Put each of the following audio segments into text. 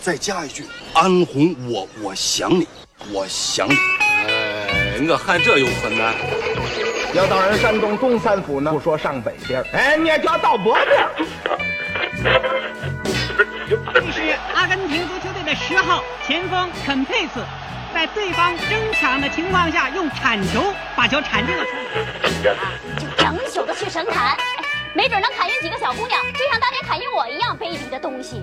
再加一句：“安红，我我想你，我想你。哎，我看这有困难。要到人山东东三府呢，不说上北边儿，哎，你就要到北边儿。这是阿根廷足球队的十号前锋肯佩斯，在对方争抢的情况下，用铲球把球铲进了出门。就整宿的去神砍，哎没准能砍晕几个小姑娘，就像当年砍晕我一样卑鄙的东西。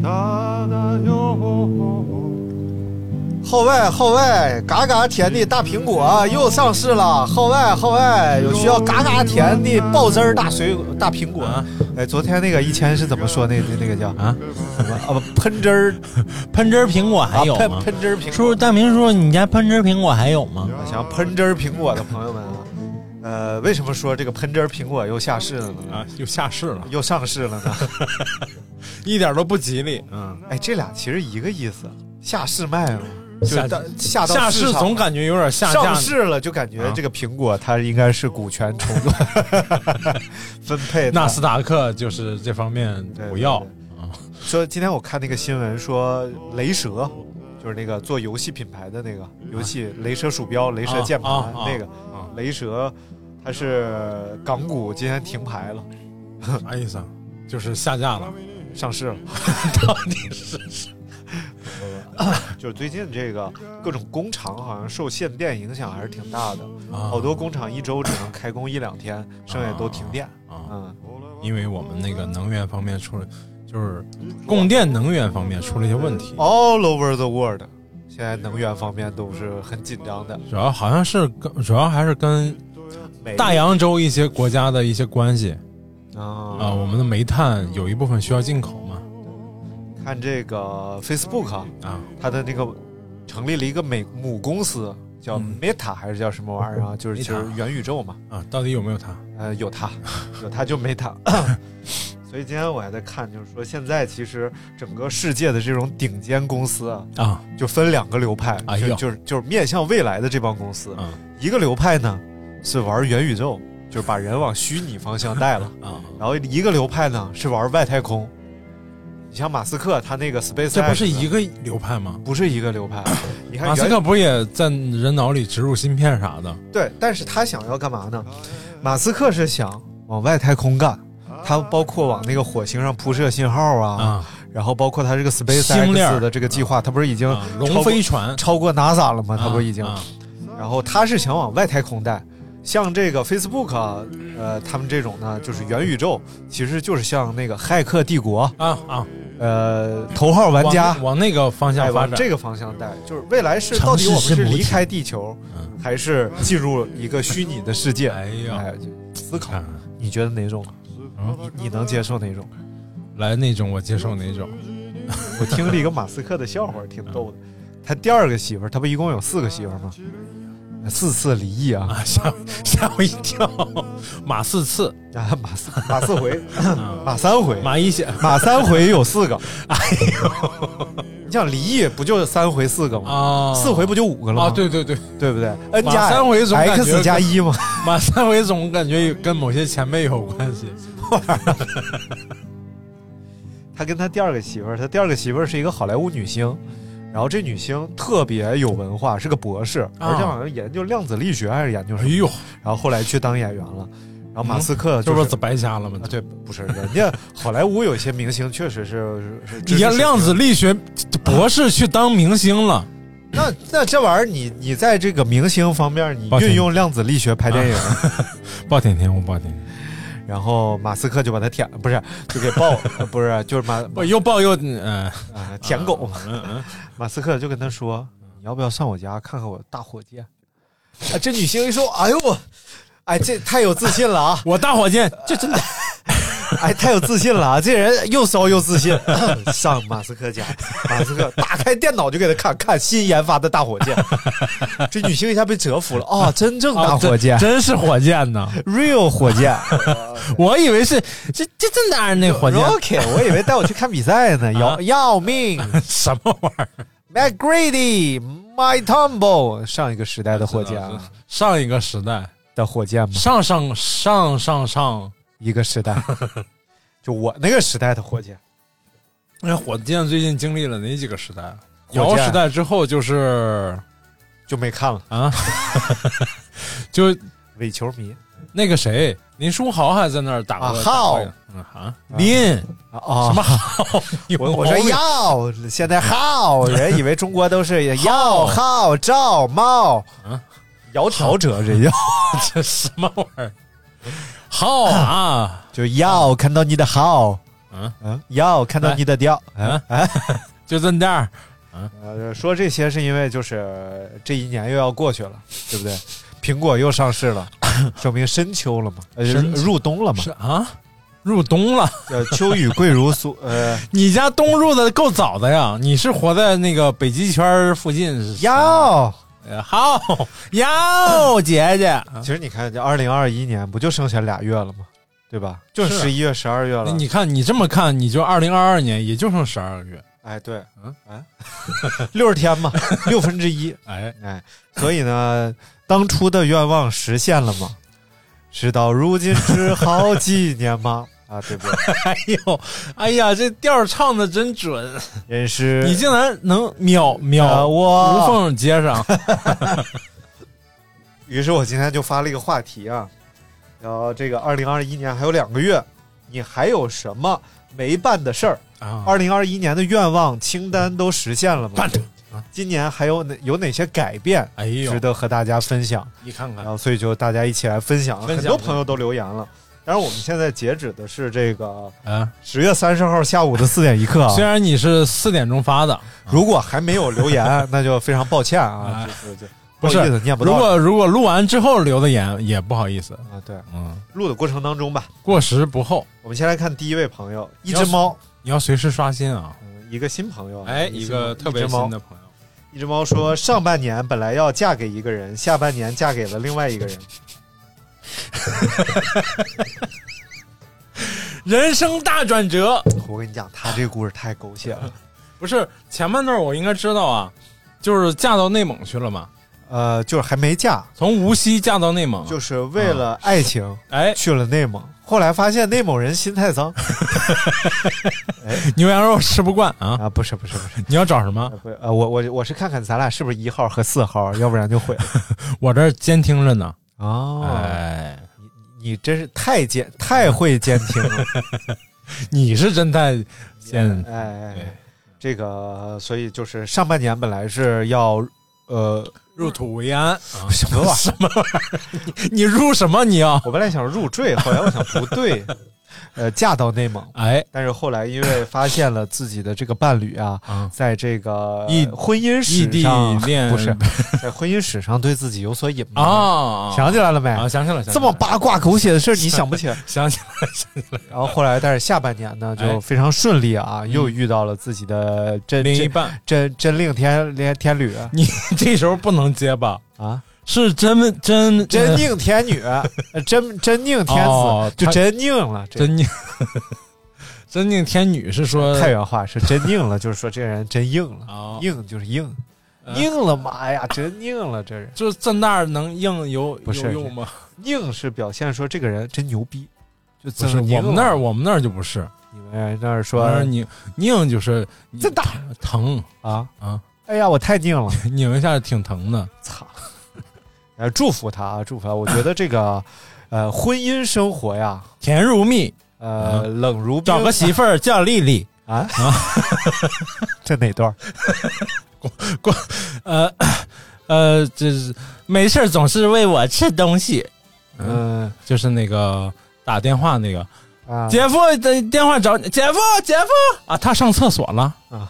漂う号外号外，嘎嘎甜的大苹果啊又上市了！号外号外，有需要嘎嘎甜的爆汁儿大水果大苹果。哎，昨天那个一千是怎么说那那那个叫啊什么啊不喷汁儿喷汁儿苹果啊还有喷吗？喷汁儿苹叔叔，果。大明叔，你家喷汁儿苹果还有吗？想喷汁儿苹果的朋友们啊，呃，为什么说这个喷汁儿苹果又下市了呢？啊，又下市了，又上市了呢？ 一点都不吉利。嗯，哎，这俩其实一个意思，下市卖嘛，就是到下到下市市场总感觉有点下啊架上。市了，就感觉这个苹果它应该是股权重 分配的。纳斯达克就是这方面对不要对说今天我看那个新闻说，雷蛇就是那个做游戏品牌的那个游戏雷蛇鼠标、雷蛇键盘、啊啊啊那个、雷蛇，它是港股今天停牌 了，啥意思啊？就是下架了，上市了。 到底是就是最近这个各种工厂好像受限电影响还是挺大的，啊好多工厂一周只能开工一两天，剩下都停电。啊？嗯，因为我们那个能源方面出了，就是供电能源方面出了一些问题。 all over the world，现在能源方面都是很紧张的。主要好像是跟，主要还是跟美大洋洲一些国家的一些关系啊、啊，我们的煤炭有一部分需要进口嘛看这个 Facebook，啊啊，它的那个成立了一个美母公司叫嗯 Meta 还是叫什么玩意儿啊？就是 Meta 就是元宇宙嘛。啊，到底有没有它？呃，有它，有它就没它。 所以今天我还在看，就是说现在其实整个世界的这种顶尖公司啊，啊，就分两个流派，哎就呦就是就是面向未来的这帮公司，嗯一个流派呢是玩元宇宙，就是把人往虚拟方向带了。啊，然后一个流派呢是玩外太空，你像马斯克他那个 Space，这不是一个个流派吗？不是一个 流派。你看马斯原克不也在人脑里植入芯片啥的？对，但是他想要干嘛呢？马斯克是想往外太空干，他包括往那个火星上铺设信号啊，啊然后包括他这个星链 SpaceX 儿的这个计划，他不是已经啊，超龙过飞船，超过 NASA 了吗？他不是已经？啊啊然后他是想往外太空带，像这个 Facebook，啊呃，他们这种呢，就是元宇宙，其实就是像那个《骇客帝国》，啊啊，呃，头号玩家往往那个方向哎发往展，这个方向带，就是未来是城市到底我们是是母体离开地球，嗯还是进入一个虚拟的世界？哎呀呀，就思考看，看你觉得哪种？嗯你你能接受哪种？来那种我接受哪种我听了一个马斯克的笑话，挺逗的。他第二个媳妇儿，他不一共有四个媳妇儿吗？四次离异啊，啊？吓吓我一跳，马四次，啊，马四马四回，啊马三回，马一显马三回有 四个。哎呦，你想离异不就三回四个吗？啊，四回不就五个了吗？啊？对对对，对不对？n 马加三回总感觉 x 加一嘛。马三回总感觉有跟某些前辈有关系他跟他第二个媳妇儿，他第二个媳妇儿是一个好莱坞女星，然后这女星特别有文化，是个博士，而且好像研究量子力学还是研究什啊哎么，呦，然后后来去当演员了。然后马斯克这就不是、是白瞎了吗啊，？对，不是人家好莱坞有些明星确实是是， 你要量子力，力学博士去当明星了，那那这玩意儿你你在这个明星方面你抱歉运用量子力学拍电影，啊暴殄天物，暴殄天物，然后马斯克就把他舔，不是就给抱，呃 不是就 是马不又暴又嗯啊舔狗嘛，嗯嗯，！马斯克就跟他说：“你要不要上我家看看我大火箭？”啊，这女星一说：“哎呦，我，哎，这太有自信了啊我大火箭，这真的哎，太有自信了啊！这人又骚又自信。 上马斯克家，马斯克打开电脑就给他看看新研发的大火箭，这女性一下被折服了啊、真正大火箭、哦真真是火箭呐！ r e a l 火箭我以为是这这这哪儿那火箭？ ，Rocket，我以为带我去看比赛呢，要、要命什么玩意儿？ ，McGrady。My Tumble，上一个时代的火箭啊，上一个时代，的火箭吗？上上上上上，一个时代， 就我那个时代的火箭，那火箭最近经历了哪几个时代啊？火尧箭时代之后就是就没看了。啊，就伪球迷那个谁，林书豪还在那儿打过啊打浩过呀嗯啊，林啊啊！什么浩？ 我我说呀，要，现在 好，人以为中国都是要好赵茂，啊窈窕者这要， 这什么玩意儿？浩啊，就要看到你的好，嗯嗯，要看到你的调，嗯嗯哎，就这么样。呃说这些是因为就是这一年又要过去了，对 不对？苹果又上市 了，说明深秋了嘛，呃深秋入冬了嘛是，啊，入冬了。呃，秋雨贵如酥，呃，你家冬入的够早的呀！你是活在那个北极圈附近是？ 要。呃好 哟，姐姐，啊其实你看，这二零二一年不就剩下俩月了吗？对吧？就是十一月、十二月啊那了。哎你看你这么看，你就二零二二年也就剩十二个月。哎，对，嗯嗯，哎，六十天嘛，六分之一。哎，哎，所以呢，当初的愿望实现了吗？事到如今只好几年吗？啊，对不对？哎呦，哎呀，这调儿唱的真准，人是你竟然能秒秒呃我无缝接 上。于是我今天就发了一个话题啊，然后这个二零二一年还有两个月，你还有什么没办的事儿？啊二零二一年的愿望清单都实现了吗办的？今年还有哪有哪些改变？哎呦值，得啊和大家分享，你看然看，后所以就大家一起来分享，嗯分享很多朋友都留言了。当然，我们现在截止的是这个啊，十月三十号下午的四点一刻啊。虽然你是四点钟发的，如果还没有留 言，那就非常抱歉啊，就是就不好意是思念不到。如果如果录完之后留的言也不好意思，啊，对，嗯，录的过程当中吧，过时不候，我们先来看第一位朋友，一要只是猫，你要随时刷新啊。嗯一个新朋友啊，哎，一个特别一只猫新的朋友，一只猫说，上半年本来要嫁给一个人，下半年嫁给了另外一个人。人生大转折，我跟你讲，他这个故事太狗血了。不是前半段我应该知道啊，就是嫁到内蒙去了嘛，呃，就是还没嫁，从无锡嫁到内蒙，就是为了爱 情哎，去了内蒙，后来发现内蒙人心太脏牛羊肉吃不惯啊，啊！不是不是不 是，你要找什么啊？不是呃，我我我是看看咱俩是不是一号和四 号，要不然就毁了。我这儿监听着呢，哦哎，你真是太监太会监听了，你是真太监 哎哎对哎，这个所以就是上半年本来是要呃入土为安啊，什么玩意儿。什么玩意儿？你入什么？你要我本来想入赘，后来我想不 对，呃，嫁到内蒙，哎但是后来因为发现了自己的这个伴侣啊，啊，在这个异婚姻异史地上恋 不是在婚姻史上对自己有所隐瞒，啊，想起来了没？啊，想起来，想起来这么八卦狗血的事儿你想 不起来？想起来，想起来，然后后来，但是下半年呢，哎嗯就非常顺利啊，又遇到了自己的真另一真半，真真令天天天女你 这时候不能接吧？啊，是真真真宁天女，呃真真宁天哦子，就他真宁了，这 真宁 真宁天女是说太原话是真硬了，就是说这人真硬了，哦硬就是硬，嗯硬了妈呀，真硬了，这人就是这那儿能硬有不是有用吗？硬是表现说这个人真牛逼，就不真是，硬我了们那儿我们那儿就不是，你们那儿我说们那儿你拧就是这大疼 啊啊，哎呀，我太硬了，拧一下挺疼的。操！呃，祝福他啊，祝福他，我觉得这个呃婚姻生活呀，甜如蜜，呃、冷如冰嗯找个媳妇儿叫丽 丽，啊啊，这哪段儿？呃呃，就是没事儿总是喂我吃东西，嗯就是那个打电话那个啊姐夫的电话找你，姐夫姐夫啊，他 上厕所了，啊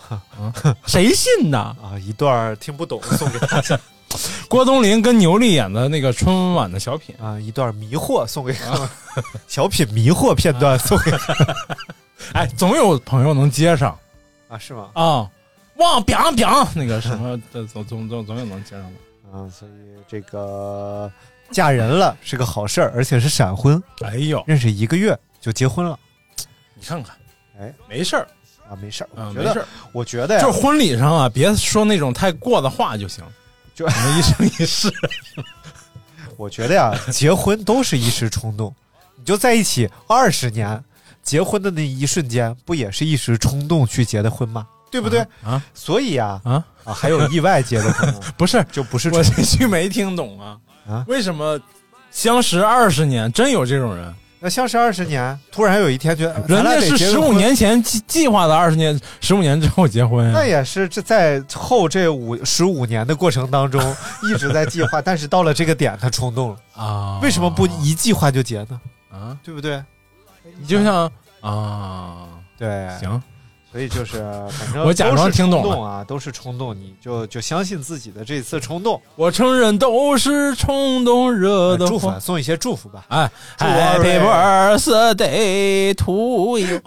谁信呐？啊，一段儿听不懂送给大家。郭冬临跟牛莉演的那个春晚的小品 啊，一段迷惑送给他们，啊小品迷惑片段送给他们。哎，总有朋友能接上啊？是吗？啊，忘表扬表扬那个什 么，这总总总总有能接上的。啊，所以这个嫁人了是个好事儿，而且是闪婚。哎呦，认识一个月就结婚了，你看看，哎，没事儿啊，没事儿。啊，我觉没得，事儿。我觉得呀就是婚礼上啊，别说那种太过的话就 行，就什么一生一世，我觉得呀，结婚都是一时冲动， 你就在一起二十年，结婚的那一瞬间，不也是一时冲动去结的婚吗？对不对？啊所以呀、啊，啊，还有意外结的婚啊，不是，就不是我冲这句没听懂啊，啊为什么相识二十年真有这种人？那相识二十年，突然有一天觉得人家是十五，咱俩得结个婚年前计计划的二十年，十五年之后结婚那呀。也是这在后这五十五年的过程当中一直在计 划，但是到了这个点他冲动了，啊，为什么不一计划就结呢？啊？对不对？你就像啊，对，行，所以就是，反正我假装听懂懂了动啊，都是冲动，你就就相信自己的这一次 冲动。我承认都是冲动惹的哎祝福啊祸。，送一些祝福吧 哎祝二，Happy 位 birthday to you！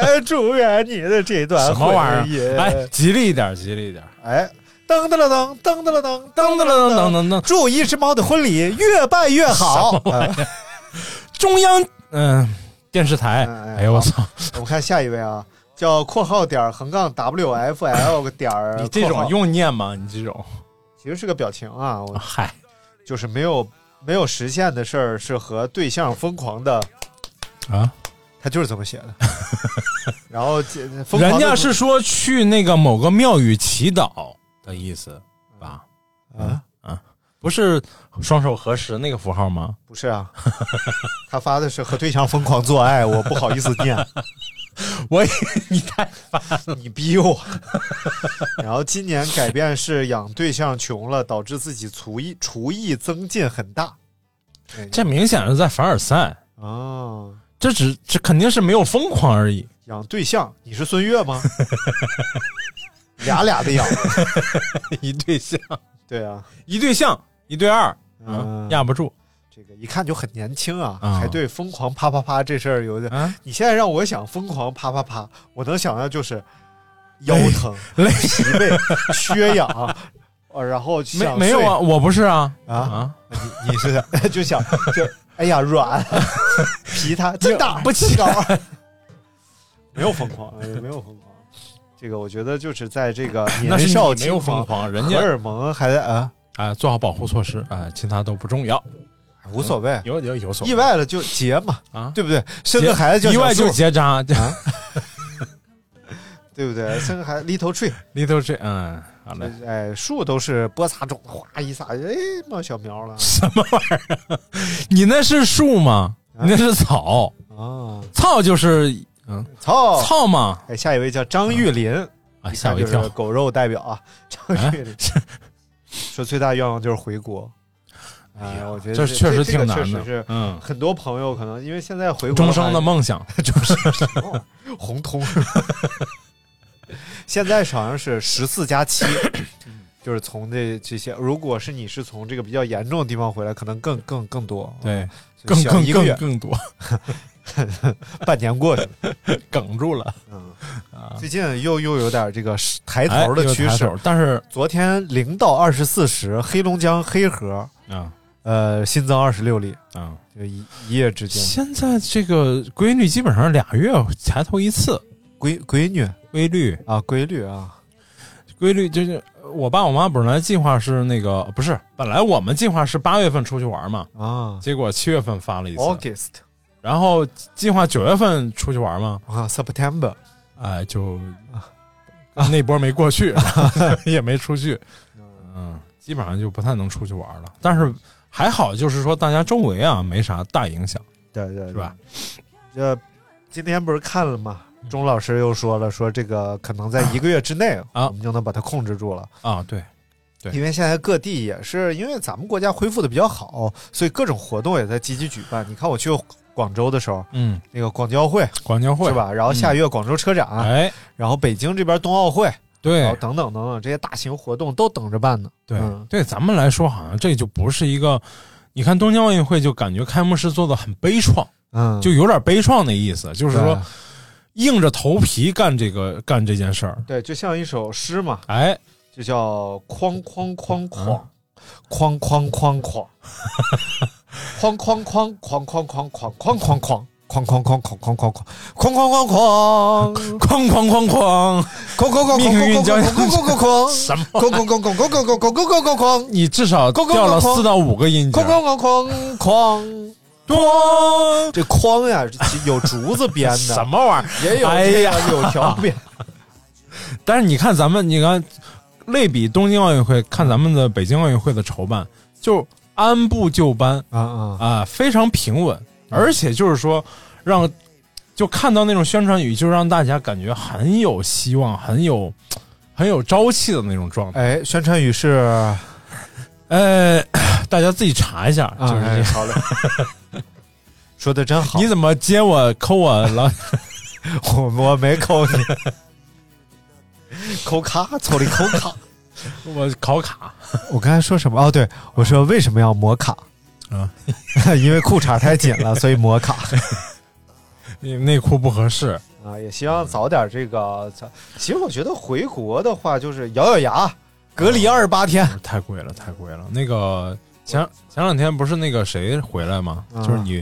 哎祝愿你的这段什么玩回意忆儿？哎，吉利一点，吉利一点。哎，噔噔了噔，噔噔了噔，噔噔噔噔噔噔。噔，祝一只猫的婚礼越办越好。 哎中央嗯、电视台嗯哎，哎呦我好操！我们看下一位啊，叫括号点儿横杠 WFL 点儿哎括 号，你这种用念吗？你这种其实是个表情啊，我嗨，就是没有没有实现的事儿是和对象疯狂的，啊，他就是这么写 的。然后这疯狂地人家是说去那个某个庙宇祈祷的意思吧？啊，不是双手合十那个符号吗？不是啊， 他发的是和对象疯狂做爱，我不好意思念， 我以为你太 你逼我。然后今年改变是养对象穷了，导致自己厨艺厨艺增进很大。这明显是在凡尔赛，哦，这只这肯定是没有疯狂而已。养对象，你是孙悦吗？俩俩的养， 一对象，对啊，一对象，一对二，嗯嗯，压不住这个一看就很年轻啊，啊还对疯狂啪啪啪这事儿有点。啊，你现在让我想疯狂啪啪啪，我能想到就是腰疼、累疲惫、 缺氧，呃，然后没想没有睡啊？我不是啊啊啊，你你是 就想就哎 呀软，皮它真大不起起高，没有疯狂，哎没有疯狂。这个我觉得就是在 这个那年是少你没轻有疯狂，人荷家尔蒙还在啊，啊做好保护措施啊，其他都不重要，无所谓，有有嗯有所意外了就结嘛，啊，对不对？生个孩子就啊意外小就树，结扎，这对不对？生个孩子 little tree， 里头这嗯，好嘞，哎，树都是播撒种子，哗一撒，哎，冒小苗 了什么玩意儿啊？你那是树吗？啊你那是草，啊！草就是嗯操！草嘛哎，下一位叫张玉林，啊，一吓看我一跳就是。狗肉代表 啊，张玉林、哎 说最大愿望就是回国。哎呀，我觉得这确实这挺个难确的，实是嗯，很多朋友可能因为现在回国终话生的梦想嗯 红通，现在好像是十四加七，就是从这这些，如果是你是从这个比较严重的地方回来，可能更更更多，对，所以更小更一个更月更 多，半年过去了，梗住了嗯，啊！最近又又有点这个抬头的趋哎有抬势。头但是昨天零到二十四时，黑龙江黑河啊呃新增二十六例，啊，就一一夜之间。现在这个规律基本上俩月抬头一次，闺闺女规律啊，规律啊，规律就是我爸我妈本来计划是那个不是，本来我们计划是八月份出去玩嘛，啊结果七月份发了一次， ，August 然后计划九月份出去玩嘛，啊，September 哎就那波没过去， 也没出去，嗯，基本上就不太能出去玩了。但是还好，就是说大家周围啊没啥大影响，对对对是吧？？这今天不是看了吗？钟老师又说了，说这个可能在一个月之内，啊我们就能把它控制住了。啊，对，对因为现在各地也是因为咱们国家恢复的比较好，所以各种活动也在积极举办。你看我去广州的时候，嗯，那个广交会广交会嗯是？吧？然后下月广州车展，哎，然后北京这边冬奥会，对然后等等等等这些大型活动都等着办呢。对、嗯对，咱们来说，好像这就不是一个，你看东京奥运会就感觉开幕式做的很悲怆，嗯，就有点悲怆的意思，就是说对硬着头皮干这个干这件事儿。对，就像一首诗嘛，哎，就叫哐哐哐哐，嗯哐哐哐哐，哐哐哐哐哐哐哐哐哐哐。哐哐哐哐哐哐哐哐哐哐哐哐哐哐哐，哐哐哐，命运将哐哐哐哐 哐，什么？哐哐哐哐哐哐哐哐哐哐，你至少掉了四到五个音节哐。哐哐哐哐，哐这哐呀有竹子编的，什么玩意儿？也有哎这呀样有条编。但是你看咱们，你看类比东京奥运会，看咱们的北京奥运会的筹办，就按部就班 啊啊啊，非常平稳，而且就是说让就看到那种宣传语，就让大家感觉很有希望，很有很有朝气的那种状态。哎，宣传语是呃，大家自己查一下，就是这哎样好嘞，说的真好你，怎么接我抠我了？我我没抠你，抠卡，抽里抠卡。 我考卡我刚才说什么？哦，对，我说为什么要磨卡？啊，因为裤衩太紧了，所以磨卡。你内裤不合适。啊，也希望早点这个。早其实我觉得回国的话，就是咬咬牙，隔离二十八天。太贵了，太贵了。那个前前两天不是那个谁回来吗？啊就是你，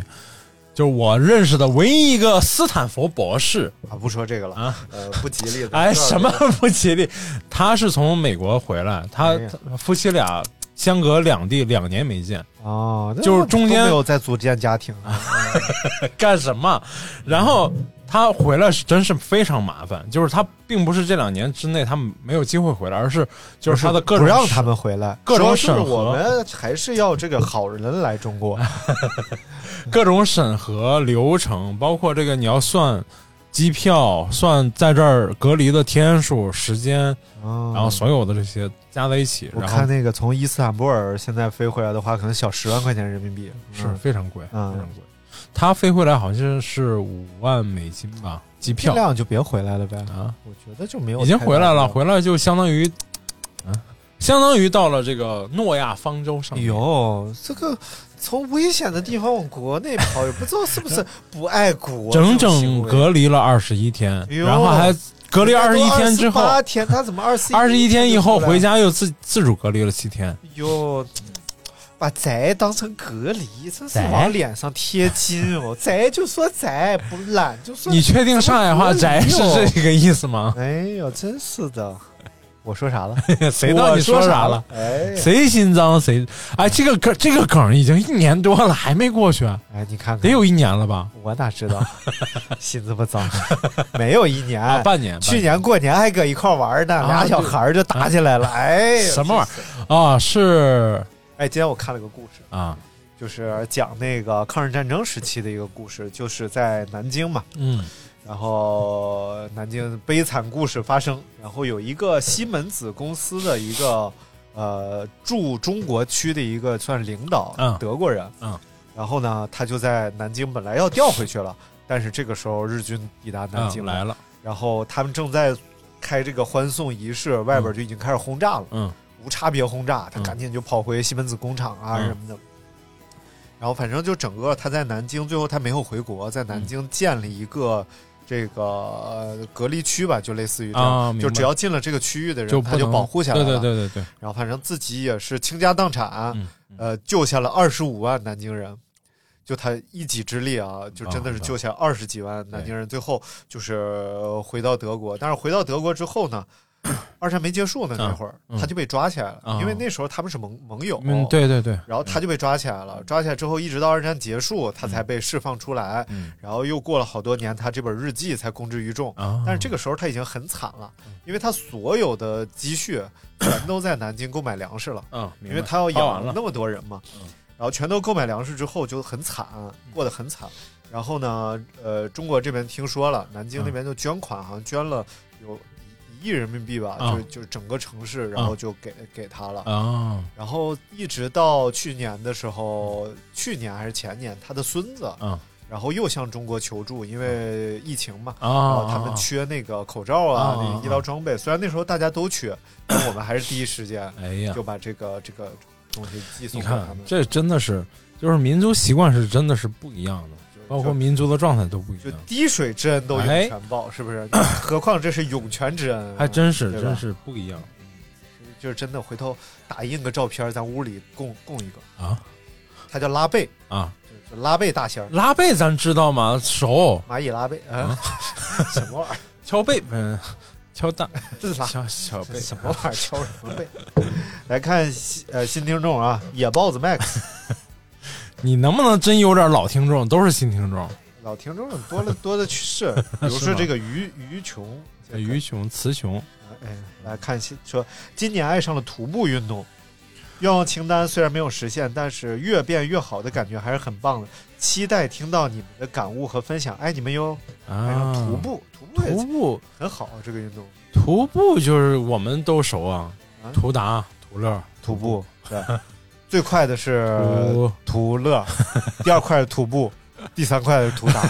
就是我认识的唯一一个斯坦福博士。啊，不说这个了啊，呃，不吉利的。哎，什么不吉利？他是从美国回来，他,、哎呀他夫妻俩相隔两地，两年没见， 哦，那就是中间都没有在组建家庭啊。干什么？然后他回来是真是非常麻烦，就是他并不是这两年之内他没有机会回来，而是就是他的各种不让他们回来，各种主要审就是核我们还是要这个好人来 中国。各种审核流程，包括这个你要算机票、算在这儿隔离的天数、时间，哦然后所有的这些加在一起，我然看后那个从伊斯坦布尔现在飞回来的话，可能小十万块钱人民币。是嗯非常贵，非嗯常贵。他飞回来好像是五万美金吧，机尽票量就别回来了呗。啊，我觉得就没有已经太回来大了，必要回来就相当于，啊，相当于到了这个诺亚方舟上哎面。呦，这个从危险的地方往国内跑，也不知道是 不是不爱国，整这种整行为隔离了二十一天，哎呦然后还隔离二十一天之后，八天，他怎么二十二十一天以后回家？家又自自主隔离了七天。哎呦，把宅当成隔离，真是宅往脸上贴 金哦！宅就说宅，不懒就说你确定上海话“宅”是这个意思吗？哎呦，真是的！我说啥了？ 谁知道你说啥啥了？？哎呀，谁心脏谁？哎，这个梗这个梗已经一年多了，还没过去，啊哎，你看看，得有一年了吧？我哪知道？ 心这么脏，没有一年，啊，半年，哎去年过年还搁一块玩呢，啊俩小孩儿就打起来了。哎半呀年什么玩意儿啊？是哎，今天我看了个故事，啊，就是讲那个抗日战争时期的一个故事，就是在南京嘛。嗯然后呃南京悲惨故事发生，然后有一个西门子公司的一个呃驻中国区的一个算领导，嗯德国人，嗯，然后呢，他就在南京本来要调回去了，但是这个时候日军抵达南啊，京、来，了，然后他们正在开这个欢送仪式，外边就已经开始轰炸了，嗯无差别轰炸，他嗯赶紧就跑回西门子工厂啊嗯什么的。然后反正就整个他在南京，最后他没有回国，在嗯南京建了一个这个呃隔离区吧，就类似于这样，啊，明白就只要进了这个区域的人，就不他就能保护下来对了。对对对对，然后反正自己也是倾家荡产，嗯呃，救下了二十五万南京人。就他一己之力啊，嗯就真的是救下二十几万南京人，最后就是呃回到德国。但是回到德国之后呢，二战没结束呢，啊那会儿嗯他就被抓起来了，啊因为那时候他们是盟盟友。嗯，。对对对，然后他就被抓起来了，抓起来之后，一直到二战结束，他才被释放出来。嗯然后又过了好多年，他这本日记才公之于众。啊，但是这个时候他已经很惨了，嗯因为他所有的积 蓄全都在南京购买粮食了，嗯，因为他要掏完养了那么多人嘛嗯。然后全都购买粮食之后就很惨，过得很惨。然后呢，呃，中国这边听说了，南嗯京那边就捐款，好像捐了有一亿人民币吧，啊就就整个城市，然后就给给他了。啊然后一直到去年的时候，去年还是前年，他的孙子啊然后又向中国求助，因为疫情嘛，啊然后他们缺那个口罩啊啊、啊那个医疗装备。虽然那时候大家都缺，但我们还是第一时间，哎呀就把这个这个东西寄送你给他看们，。这真的是，就是民族习惯是真的是不一样的，包括民族的状态都不一样。滴水之恩都涌哎泉报，是不 是？何况这是涌泉之恩啊，还真是，对吧真是不一样就是真的，回头打印个照片，咱屋里供供一个。啊他叫拉贝，啊！就拉贝大仙儿，拉贝咱知道吗？熟蚂蚁拉贝啊， 什么 玩意儿？敲贝，嗯，敲蛋，这 是拉敲敲贝，什么玩意儿？敲什么贝？ 来看新呃新听众啊，野豹子 Max，你能不能真有点老听众，都是新听众？老听众多了多的 去是，比如是说吗呃这个于于琼，于琼、词琼，哎，来看新说今年爱上了徒步运动，愿望清单虽然没有实现，但是越变越好的感觉还是很棒的，期待听到你们的感悟和分享，爱你们哟！爱啊，上哎徒步，徒步也徒步，很好，啊这个运动徒步就是我们都熟啊啊，图达、图乐、徒步对，最快的是图图乐，第二块是徒步，第三块是图达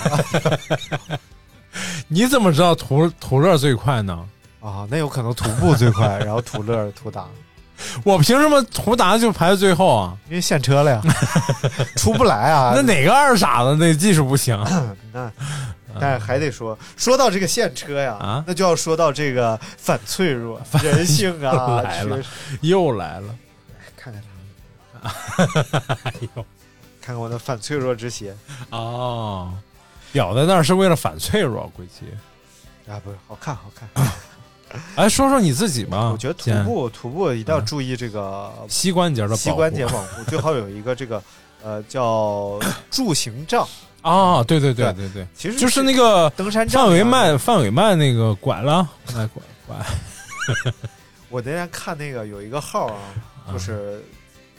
你怎么知道图图乐最快呢？啊，那有可能徒步最快，然后图乐图达，我凭什么图达就排在最后啊？因为限车 了呀，出不来啊。那哪个二傻子那技术不行 那，但是还得说，说到这个现车呀，啊那就要说到这个反脆弱、人性 啊，来了缺又来了，看看他， 哎呦，看看我的反脆弱之鞋哦，表在那儿是为了反脆弱，估计。啊，不是好看，好看。哎，说说你自己吧。我觉得徒先步徒步一定要注意这个膝关节的保护膝关节嗯保护，最好有一个这个呃叫 助行杖，啊，对对对对对，其实就是那个登山杖啊范一伟样的曼，范伟曼那个拐了，哎拐拐，我那天看那个有一个号啊，就是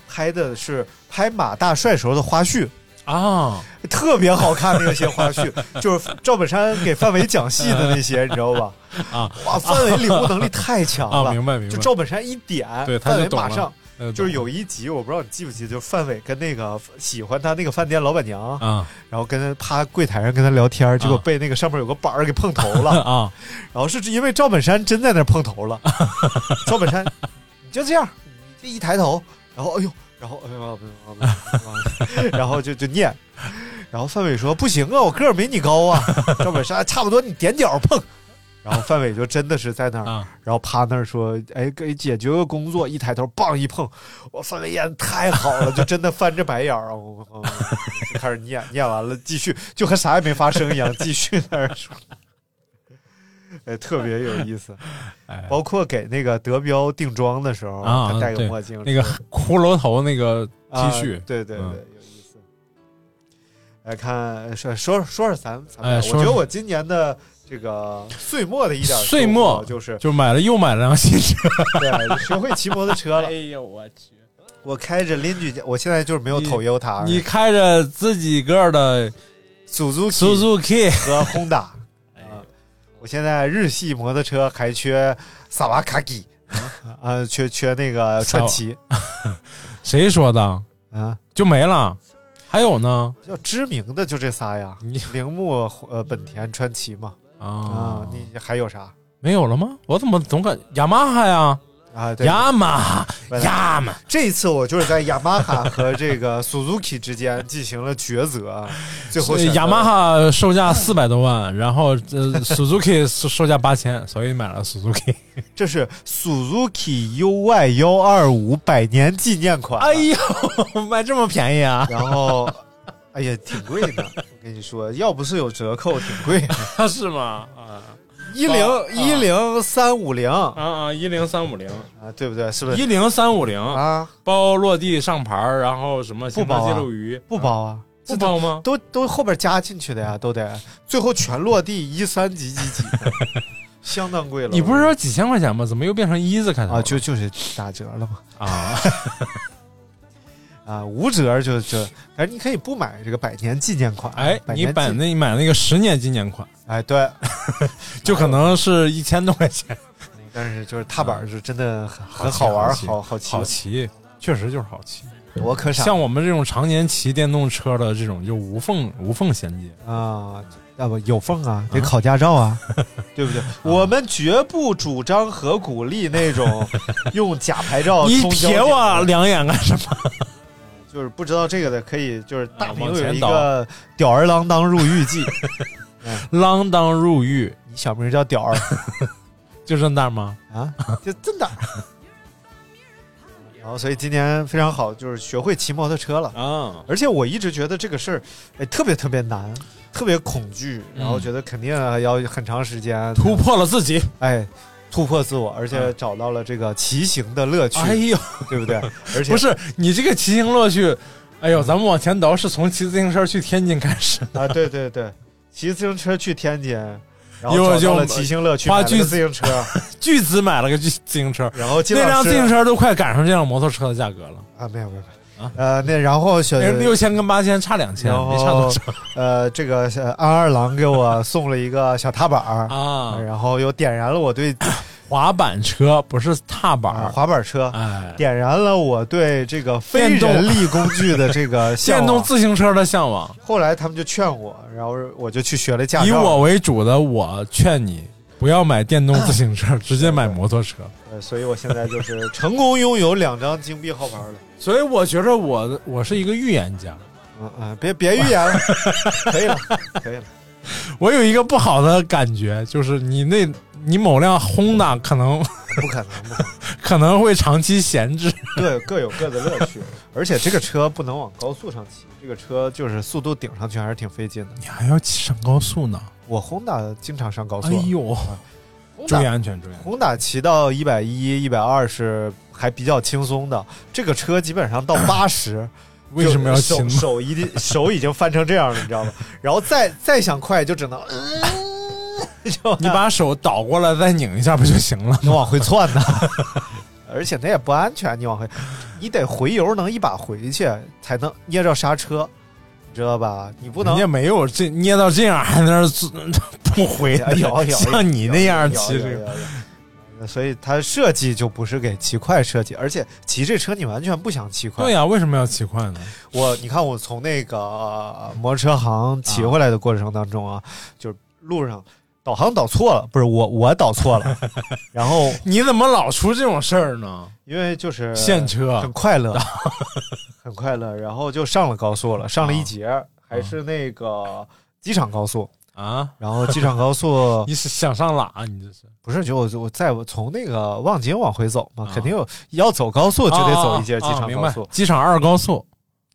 拍的是拍马大帅时候的花絮，哦啊，特别好看那些 花絮，就是赵本山给范伟讲戏的那些，你知道吧？ 啊，哇，范伟领悟能力太强了，啊明白明白就赵本山一点， 对他范就伟懂了马上那懂就是有一集，我不知道你记不记，就是范伟跟那个喜欢他那个饭店老板娘，啊然后跟他趴柜台上跟他聊天，结果被那个上面有个板儿给碰头了，啊然后是因为赵本山真在那儿碰头了，赵本山你就这样，你这一抬头，然后哎呦，然后哎呦，哎呦哎呦然后就就念，然后范伟说不行啊，我个儿没你高啊，赵本山差不多你踮脚碰，然后范伟就真的是在那儿，啊，然后趴那儿说哎给解决个工作，一抬头梆一碰，我范伟演得太好了，就真的翻着白眼儿啊，我 我我就开始念，念完了继续就和啥也没发生一样，继续在那儿说。哎，特别有意思。 哎包括给那个德彪定妆的时候，啊他戴个对墨镜，那个骷髅头那个 T 啊恤，对对对，嗯有意思。来看说说说说咱咱哎们俩，说我觉得说我今年的这个岁末的一点岁收末获就是就买了又买了辆新 车，对学会骑摩托车了。哎呦我去！我开着邻居家，我现在就是没有你 Toyota，你开着自己个儿的 Suzuki Suzuki 和 Honda 哎啊，我现在日系摩托车还缺萨瓦卡基啊，缺缺那个萨瓦川崎谁说的？啊。就没了。还有呢？比较知名的就这仨呀你，铃木、呃本田、川崎嘛。啊，你还有啥没有了吗？我怎么总感雅马哈呀？啊？对，雅马哈本，来雅 马这一次我就是在雅马哈和这个 Suzuki 之间进行了抉择，最后呃选择雅马哈售 价四百多万，然后呃 Suzuki 售售价八千，所以买了 Suzuki。这是 Suzuki UY 幺二五百年纪念款。啊哎 呦，买这么便宜啊？然后，哎呀，挺贵的。我跟你说，要不是有折扣，挺贵 的。 是吗？啊一零一零三五零啊，啊啊！一零三五零，对不对？是不一是零三五零，啊？包落地上牌儿，然后什么不行车包啊记录仪不包啊，不包吗？都都后边加进去的呀，都得最后全落地一三几几几的，相当贵了。 你不是说几千块钱吗？怎么又变成一字开头了啊？就就是打折了嘛？啊， 啊，无折就就，哎，你可以不买这个百年纪念款。哎，你年纪买那你买那个十年纪念 款，哎对，哎就可能是一千多块钱。但是就是踏板是真的很很好玩，好骑好好骑啊好。骑，确实就是好骑。我可傻像我们这种常年骑电动车的这种，就无缝无缝衔接。啊，要不有缝啊，得考驾照啊，对 不对？我们绝不主张和鼓励那种用假牌 照。你瞥我，两眼干什么？就是不知道这个的，可以就是大明往前有一倒个“吊儿郎当入狱 记”，锒铛入狱，你小名叫吊儿就这么大吗？ 啊，就真的。然后，所以今年非常好，就是学会骑摩托车了。啊，而且我一直觉得这个事儿，哎，特别特别难，特别恐惧，嗯然后觉得肯定要很长时间突，破了自己。哎，突破自我，而且找到了这个骑行的乐趣，哎呦，对不对？而且不是你这个骑行乐趣，哎呦，咱们往前倒，是从骑自行车去天津开始 的。啊，对对对，骑自行车去天津，然一会后儿找就到了骑行乐趣，花买了巨个资自行 车，巨资买了个巨自行车，然后金那老辆师自行车都快赶上这辆摩托车的价格了，啊，没有没有没有啊，哎呃，那然后选那六千跟八千差两千，然没差多后少呃，这个呃安二郎给我送了一个小踏板儿啊。然后又点燃了我对滑板车不是踏板啊儿，滑板车，哎，点燃了我对这个非电动人力工具的这个向电动往。自行车的向往。后来他们就劝我，然后我就去学了驾照。以我为主的，我劝你不要买电动自行车，直接买摩托车。呃，所以我现在就是成功拥有两张金币号牌了。所以我觉得我我是一个预言家，嗯嗯，别别预言了，可 以了，可以了。我有一个不好的感觉，就是你那你某辆 Honda 可能不可能，不可能，可能会长期闲置。各各有各的乐趣。而且这个车不能往高速上骑，这个车就是速度顶上去还是挺费劲的。你还要上高速呢？我 Honda 经常上高速啊哎，呦，注意 Honda 安全，注意安全。 Honda 骑到一百一、一百二是还比较轻松的，这个车基本上 到八十。为什么要就骑手呢？手一定手已经翻成这样了，你知道吗？然后再再想快，就只能，呃 你知道吗你把手倒过来再拧一下不就行了？能往回窜呢， 而且那也不安全，你往回，你得回油能一把回去，才能捏着刹车，你知道吧？你不人能家没有这捏到这样还在那儿做不回哎 有有有像你那样骑这有有有个。有有所以它设计就不是给骑快设计，而且骑这车你完全不想骑快。对呀、啊为什么要骑快呢？我你看，我从那个、呃摩托车行骑回来的过程当中啊，就是路上导航导错了，不是我我导 错了，然后你怎么老出这种事儿呢？因为就是 现车啊很 快乐，很快乐，然后就上了高速了，上了一节，还是那个机场高速，啊！然后机场高速你是想上哪？你这是不是就我我在我从那个望京往回走嘛啊，肯定有要走高速就得走一节啊机啊啊场明高白速，机场二高速，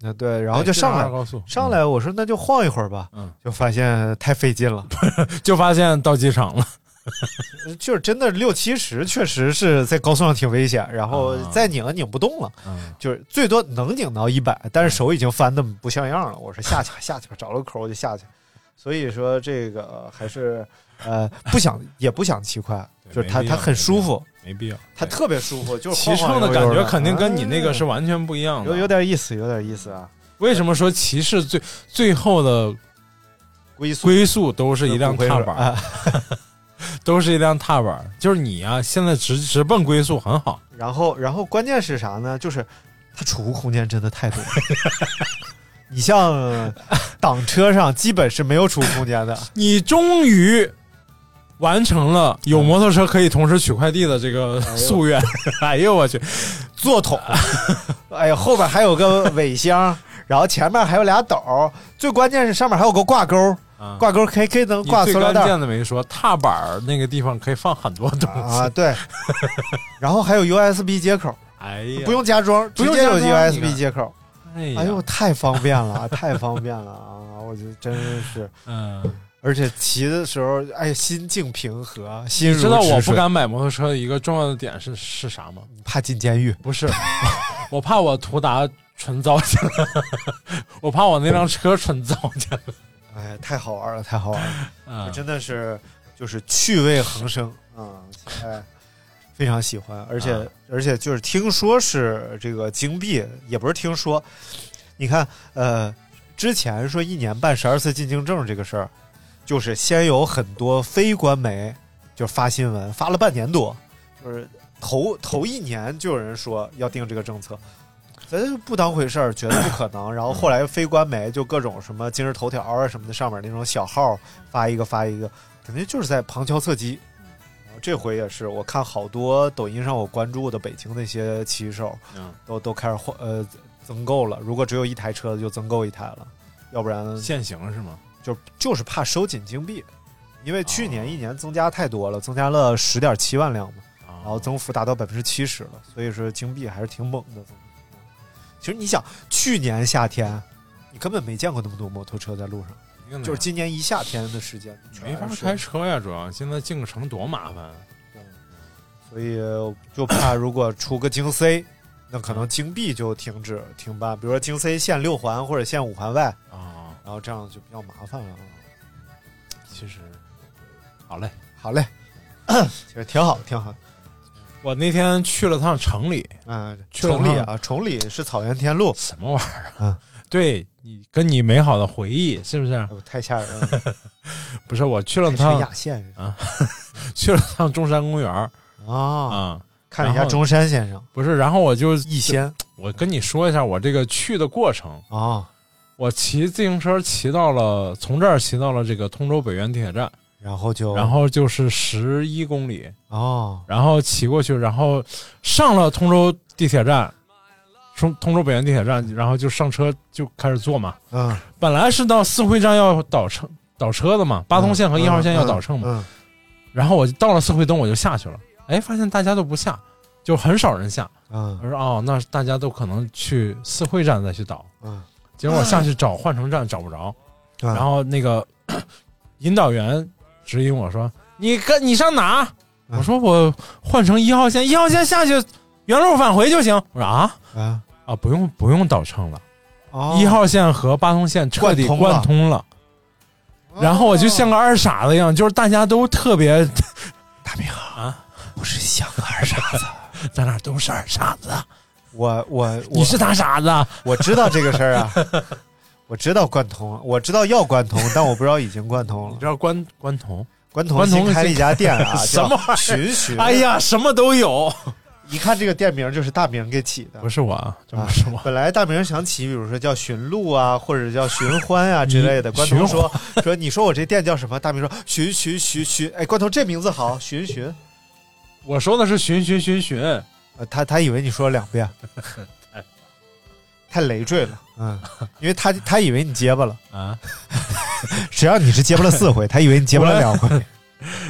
嗯对，然后就哎上机场来二。高速，上来，我说那就晃一会儿吧，嗯就发现太费 劲了，嗯就发现到机场了。就是真的六七十，确实是在高速上挺危险，然后啊再拧拧不动了，嗯，就是最多能拧到一百，但是手已经翻的不像样了。我说下去吧，下去吧，找了个口我就下去。所以说这个呃还是呃不想也不想骑快，对就是没它必它要很舒服，没必要。它特别 舒服，就是骑晃乘晃的悠感悠觉的肯定跟你那个哎是完全不一样的。有有点意思，有点意思啊。为什么说骑士最最后的龟速归宿都是一辆踏骨灰板盒儿，都是一辆踏板儿。就是你啊，现在直直奔归宿很好。然后，然后关键是啥呢？就是它储物空间真的 太多了。你像挡车上基本是没有储物 空间的，你终于完成了有摩托车可以同时取快递的这个夙愿。 哎呦我去，座桶，哎呀，后边还有个尾箱， 然后前面还有俩斗儿，最关键是上面还有个挂钩，啊挂钩可以可以能你挂最塑料关袋儿键的没说，踏板儿那个地方可以放很多东西。啊，对，然后还有 USB 接口， 哎呀，不，用加装，不直用接有加装你 USB 看接口，哎呀，哎呦，太方便了， 太方便了啊！我觉得真是，嗯，而且骑的时候，哎，心境平和，心你如知道我止不水敢买摩托车的一个重要的点是是啥吗？怕进监狱，不是， 我怕我途达纯糟践了， 我怕我那辆车纯糟践哎，太好玩了，太好玩了，了。真的是就是趣味横生啊！哎， 非常喜欢，而且、啊而且就是听说是这个金币，也不是听说，你看，呃，之前说一年办十二次进京证这个事儿，就是先有很多非官媒就发新闻，发了半年多，就是头头一年就有人说要定这个政策，咱不当回事儿，觉得不可 能。然后后来非官媒就各种什么今日头条啊什么的上面那种小号发一个发一个，感觉就是在旁敲侧击。然后这回也是，我看好多抖音上我关注的北京那些骑手，嗯都都开始换呃增购了。如果只有一台车子，就增购一台了，要不然限行是吗？就就是怕收紧经币，因为去哦年一年增加太多了，增加了十点七万辆嘛，啊然后增幅达到百分之七十了，所以说经币还是挺猛的。其实你想，去年夏天你根本没见过那么多摩托车在路定上，的就是今年一夏天的时间没法全是开车呀，主要现在进个城多麻烦。啊所以就怕如果出个京 C，那可能京 B 就停止停办，比如说京 C 限六环或者限五环外啊，然后这样就比较麻烦了。其实，好嘞，好嘞， 其实挺好，挺好。我那天去了趟城里，嗯，去了崇礼趟啊，崇礼是草原天路，什么玩意儿啊？对你跟你美好的回忆是不是？哎太吓 人了。不是，我去了海趟水雅县啊，去了趟中山公园儿啊，啊，看了一下然后中山先生不是，然后我就逸仙我跟你说一下我这个去的过程。啊，我骑自行车骑到了，从这儿骑到了这个通州北苑地铁站，然后就然后就是十一公里，哦，然后骑过去，然后上了通州地铁站，从通州北苑地铁站，然后就上车就开始坐嘛。嗯，本来是到四惠站要倒车倒车的嘛，八通线和一号线要倒车嘛。嗯，嗯然后我就到了四惠东，我就下去了。哎，发现大家都不下，就很少人下。嗯我说哦，那大家都可能去四惠站再去倒。嗯，结果我下去找换乘站找不着，嗯然后那个 引导员指引我说：“你跟你上哪？”嗯我说：“我换乘一号线，一号线下去原路返回就行。”我说：“啊啊，啊，不用不用倒乘了，哦一号线和八通线彻底贯通了贯通了。”然后我就像个二傻子一样，就是大家都特别， 大明啊，不是像个二傻子， 咱俩都是二傻子，我我 你我是大傻子，我知道这个事儿啊，我知道贯通，我知道要贯通，但我不知道已经贯通你了。知道关关头？关关通通新开了一家店 啊，什么玩意叫儿寻寻？哎，呀，什么都有，一看这个店名就是大明给起的，不是我，啊，这不是我。本来大明想起，比如说叫寻路啊，或者叫寻欢 啊之类的。你关头寻说说，你说我这店叫什么？大明说寻寻寻寻。哎，关头这名字好，寻寻。我说的是寻寻寻寻，呃，他他以为你说了两 遍，太累赘了。嗯，因为他他以为你结巴了啊。只要你是结巴了四回，他以为你结巴了两回。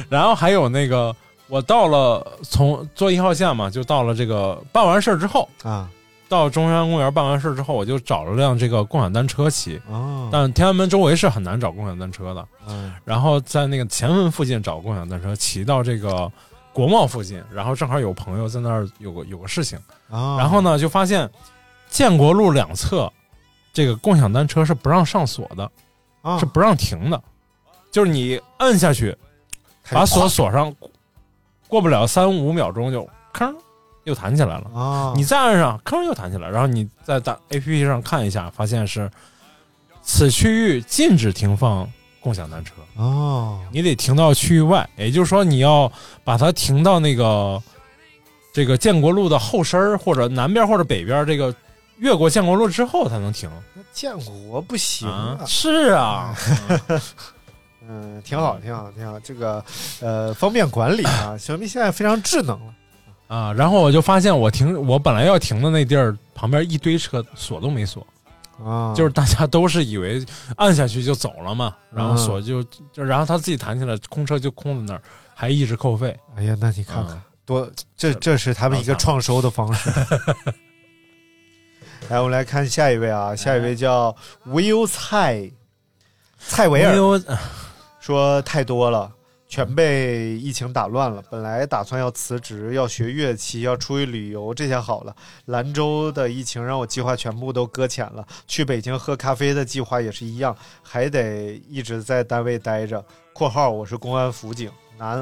然后还有那个，我到了从坐一号线嘛，就到了这个办完事儿之后，啊到中山公园办完事儿之后，我就找了辆这个共享单车骑。哦，但天安门周围是很难找共享单车的，嗯然后在那个前门附近找共享单车，骑到这个国贸附近，然后正好有朋友在那儿有个有个事情，哦然后呢就发现建国路两侧这个共享单车是不让上锁的，啊是不让停的，就是你摁下去，他就把锁锁上，过不了三五秒钟就吭又弹起来了。啊，你再按上，吭又弹起来，然后你在大 A P P 上看一下，发现是此区域禁止停放共享单车，哦你得停到区域外，也就是说你要把它停到那个这个建国路的后身儿，或者南边或者北边，这个越过建国路之后才能停。建国不行啊啊，是啊，嗯，挺好，挺好，挺好。这个呃，方便管理啊， 小米现在非常智能了。啊，然后我就发现我停，我本来要停的那地儿旁边一堆车锁都没锁，啊，就是大家都是以为按下去就走了嘛，然后嗯锁就就然后他自己弹起来，空车就空在那儿，还一直扣费。哎呀，那你看看，嗯多这这是他们一个创收的方式。来，我们来看下一位啊，下一位叫 Will 蔡蔡维尔，有说太多了。全被疫情打乱了，本来打算要辞职，要学乐器，要出去旅游，这下好了。兰州的疫情让我计划全部都搁浅了，去北京喝咖啡的计划也是一样，还得一直在单位待着。（括号我是公安辅警男，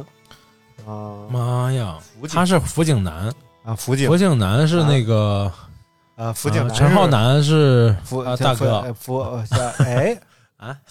啊、妈呀，辅警他是辅警男，啊，辅警辅警男嗯是那个啊，辅警啊男陈是浩南啊是辅哎啊大哥辅辅呃哎啊，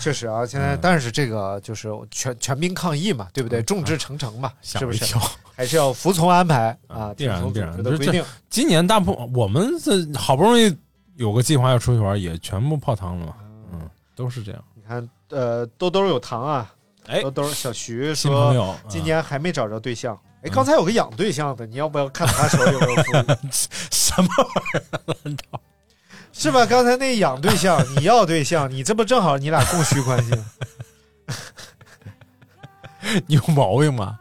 确实啊，现在但是这个就是全全民抗疫嘛，对不对？众志成城嘛，嗯哎吓是不我一是？跳还是要服从安排啊，必然听从必组然织就的是规这定。今年大部我们这好不容易有个计划要出去玩，也全部泡汤了嘛，嗯，都是这样。你看，呃，兜兜有糖啊，哎，兜兜小徐新朋说友啊嗯今年还没找着对象。哎，刚才有个养对象的，你要不要看他手里有没有富裕？ 什么 玩意儿？ 是吧？刚才那养对象，你要对象，你这不正好你俩供需关系？你有毛病吧？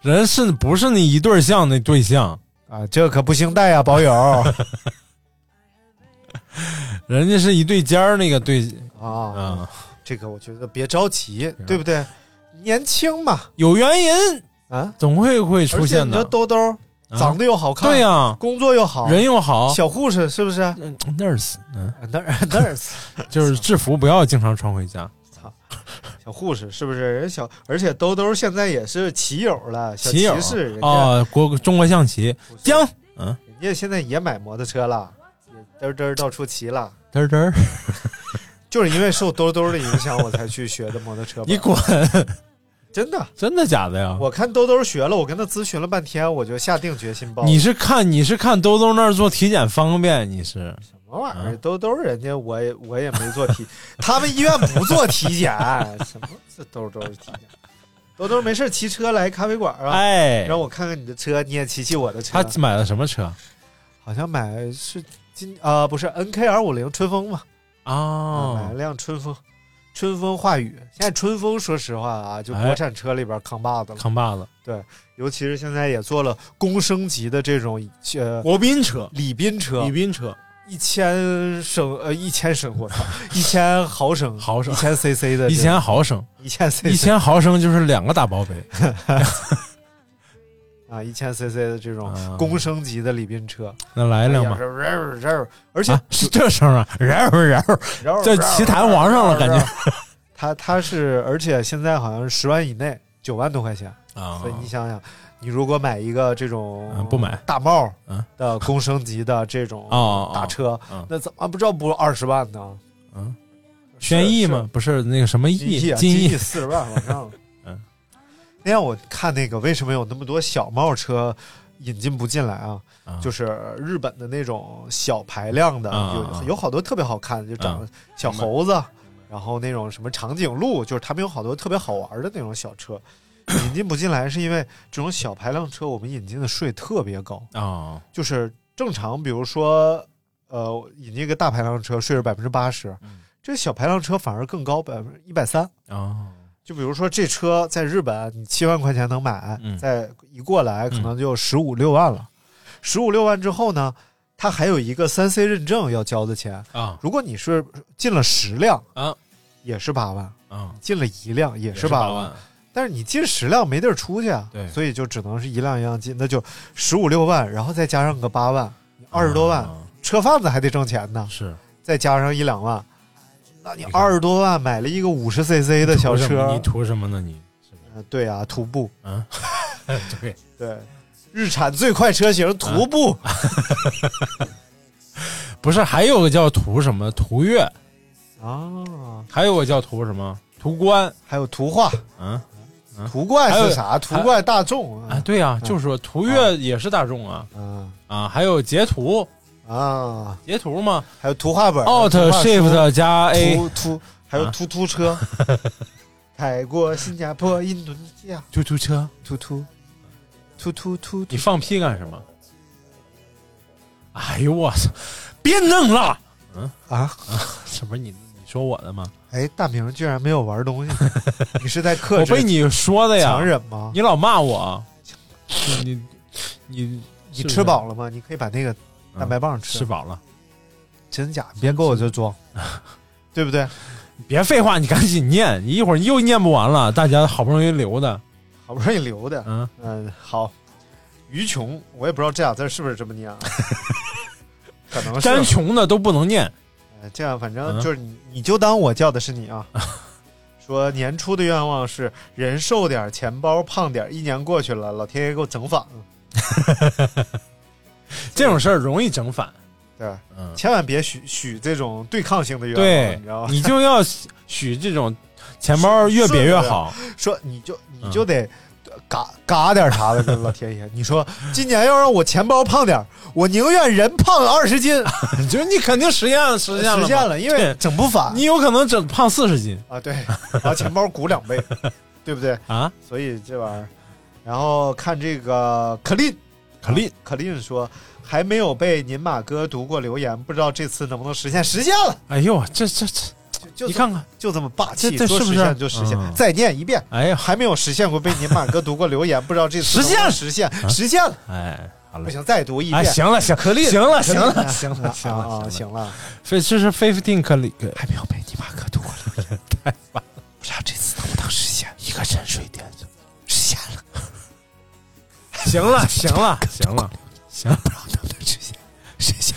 人是不是你一对儿象那对象？ 啊，这可不姓戴呀，保友人家是一对尖儿那个对啊！啊，这个我觉得别着急，对不对？年轻嘛有原因啊，总会会出而且现你的这。兜兜啊长得又好看，对呀，工作又好，人又好小护士是不 是？嗯，nurse，嗯，那那是就是制服不要经常穿回家。小护士是不是？人小，而且兜兜现在也是棋友了，小棋友骑士，人家、啊，国中国象棋，将嗯，人家现在也买摩托车了，也嘚嘚到处骑了。嘚儿嘚儿，就是因为受兜兜的影响，我才去学的摩托车。你滚！ 真的，真的假的呀？我看兜兜学了，我跟他咨询了半天，我就下定决心报。你是看你是看兜兜那儿做体检方便，你是什么玩啊意儿？兜兜人家我也我也没做体， 他们医院不做体 检，什么这兜兜体检？兜兜没事骑车来咖啡馆啊，哎，让我看看你的车，你也骑骑我的车他。买了什么车好像买是今啊、不是 N K 二五零春风嘛？买了哦，辆春风，春风化雨。现在春风说实话啊，就国产车里边扛把子了，扛把子，尤其是现在也做了工升级的这种呃国宾车，礼宾车礼，宾车，一千升呃一千升我操，一千 毫升毫升一千 CC 的这一千毫升，一千 CC 一千毫升就是两个大包杯，啊一千 CC 的这种啊工升级的礼宾车，哎那来一辆吧。吧，而且啊，是这声 啊，然后然后这骑坛皇上了感觉他他是而且现在好像是十万以内九万多块钱，啊所以你想想，你如果买一个这种、嗯不买大帽嗯的工升级的这种哦哦大车，嗯那怎么不知道不二十万呢？嗯，轩逸嘛，不是那个什么是，是逸金，啊金金逸逸四十万往上。 嗯，那天我看那个为什么有那么多小帽车引进不进来啊？啊就是日本的那种小排量的，啊啊啊啊有有好多特别好看的，就长得小猴子，然后那种什么长颈鹿，就是他们有好多特别好玩的那种小车。引进不进来是因为这种小排量车，我们引进的税特别高，啊就是正常，比如说，呃，引进一个大排量车，税是百分之八十，嗯这小排量车反而更高，百分之一百三。啊就比如说这车在日本你七万块钱能买，嗯在一过来可能就十五六万了，十五六万之后呢，它还有一个三 C 认证要交的钱，啊如果你是进了十辆啊也是八万，啊，进了一辆也也是八八万，，但是你进十辆没地儿出去啊，对所以就只能是一辆一辆进，那就十五六万，然后再加上个八万，二十多万，啊车贩子还得挣钱呢，是再加上一两万，那你你看二十多万买了一个五十 CC 的小图什么车你，图什么呢你？ 呃对啊，徒步。啊，对，对，日产最快车型徒步，不是还有个叫图什么图月，啊，还有个叫图什么途观，还有途画、嗯途观是啥？途观大众啊，啊对呀，就是说途月嗯也是大众啊啊啊，还有截图啊，截图嘛还有图画本，Alt 呃图画书 Shift 加 A，啊突突，还有突 突车，凯过新加坡、印度尼西亚，突突车，突突突突突你突，放屁干什么？哎呦我操！别弄了！啊！这不是你你说我的吗？哎，大明居然没有玩 东西，你是在克我制被你说的呀强！忍吗？你老骂我，你你你你吃饱了吗？你可以把那个蛋白棒吃吃，饱了，真假？别给我 这装，对不对？你别废话，你赶紧念，你一会儿又念不完了。大家好不容易留的，啊好不容易留的，嗯，嗯，好，于琼，我也不知道这俩字是不是这 么念啊，可能沾是穷的都不能念。呃这样，反正嗯就是你，你就当我叫的是 你啊。说年初的愿望是人瘦点儿，钱包胖点儿，一年过去了，老天爷给我整反了。啊这种事儿容易整反，对，嗯千万别许许这种对抗性的愿望，对啊你知 道吗？，你就要许这种钱包越瘪越好。说你就你就得嘎嘎点啥的，跟老天爷。你说今年要让我钱包胖点儿，我宁愿人胖二 十斤，就是你肯定实验了，实实现了嘛，现了，因为对整不反你有可能整胖四十斤啊，对，然后钱包鼓两倍，对不对？啊。所以这玩意儿，然后看这个可丽可丽可丽说。还没有被您马哥读过留言，不知道这次能不能实现？实现了，哎呦，这这这，就你看看，就这么霸气，这这说是不实是现就实现。嗯再念一遍，哎呀，还没有实现过被您马哥读过留言，不知道这次实现能不能实现实现了，哎，好了不，行，再读一哎，遍。行了，行，可丽，行了，行了，啊行了，行行了，了行了，非这是 fifteen 可丽，还没有被你马哥读过留言，太棒了，不知道这次能不能实现？一个沉睡点。实现了，行了，行了，行了，行了，不知道能不能实现？实现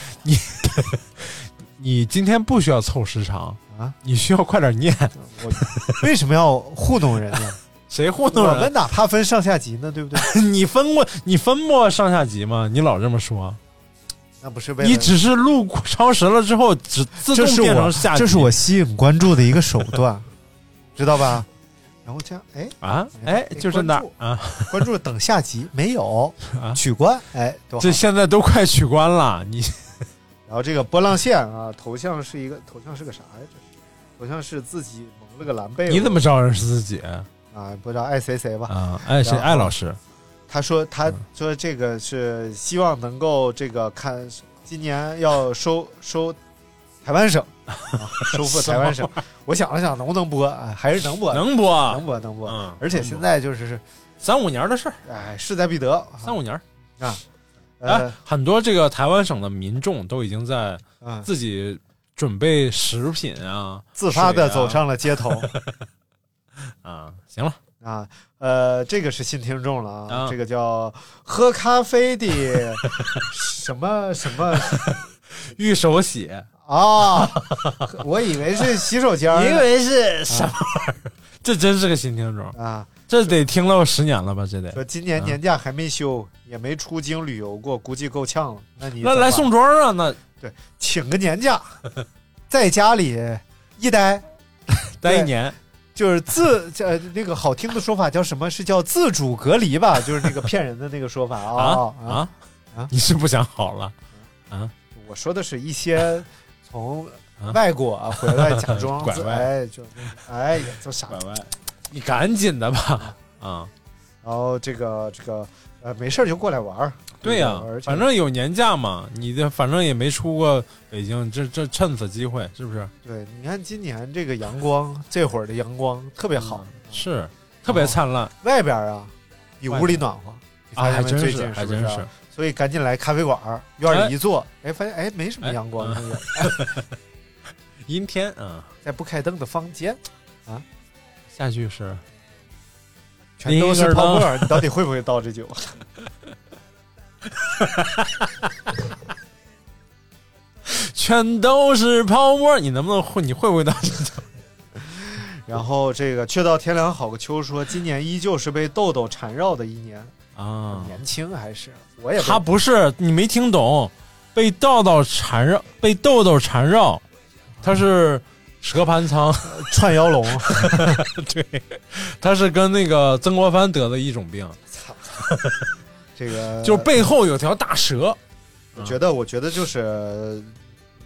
你今天不需要凑时长啊，你需要快点念。我为什么要糊弄人呢？谁 糊弄我人们？哪怕分上下级呢，对不 对？你分过你分过上下级吗？你老这么说，那不是为了你只是路过超时了之后，只自这动是变成我下级。这是我吸引关注的一个手段，知道吧？然后这样，哎，啊，哎，就是那儿关啊，关注等下集没有啊取关，哎，多好这。现在都快取关了，你然后这个波浪线啊，头像是一个头像是个啥呀？这是头像是自己蒙了个蓝被。你怎么知道人是自己啊？哎不知道爱谁谁吧？啊？嗯哎，谁然后艾老师？他说他说这个是希望能够这个看今年要收收台湾 省，啊、收复台湾省。我想了想，能不能播？哎还是能播的，能播啊能播能播。嗯而且现在就是三五年的事儿，哎势在必得。啊三五年儿。呃哎，很多这个台湾省的民众都已经在嗯，自己准备食品啊自发的水啊走上了街头啊。行了， 啊。呃，这个是新听众了啊，啊这个叫喝咖啡的 什么什么玉手写，啊，我以为是洗手间儿呢，是什么玩意儿？这真是个新听众，啊。这得听了十年了吧？这说得今年年假还没休，也没出京旅游过，估计够呛了。那你那怎么来办宋庄啊？那请个年假，在家里一待，待一对年就是自呃那个好听的说法叫什么？是叫自主隔离吧？就是那个骗人的那个说法啊啊啊啊你是不想好了？我说的是一些 从啊外 国回来假装拐自弯哎就哎也就傻。弯，你赶紧的吧啊！然后这个这个呃没事儿就过来玩儿。对呀、而且反正有年假嘛，你这反正也没出过北京，这这趁此机会是不是？对，你看今年这个阳光，这会儿的阳光特别好。是特别灿烂、外边儿啊，比屋里暖和哦你啊！发现还没真最是，近还是不真是是啊？。所以赶紧来咖啡馆儿，院儿里一坐，哎，发现哎没什么阳光，哎那个阴天啊，在不开灯的 房间下去是全都是泡沫儿，你到底会不会倒这酒？ 全都是泡沫，你能不能会？你会不会当这 种？然后这个却道天凉好个秋说，今年依旧是被痘痘缠绕的一年，啊？年轻还是我也被他不是你没听懂，被豆豆缠绕，被豆豆缠绕，他是蛇盘仓， 串腰龙，对，他是跟那个曾国藩得的一种病，操， 这个 就是背后有条大蛇。我觉得，我觉得就是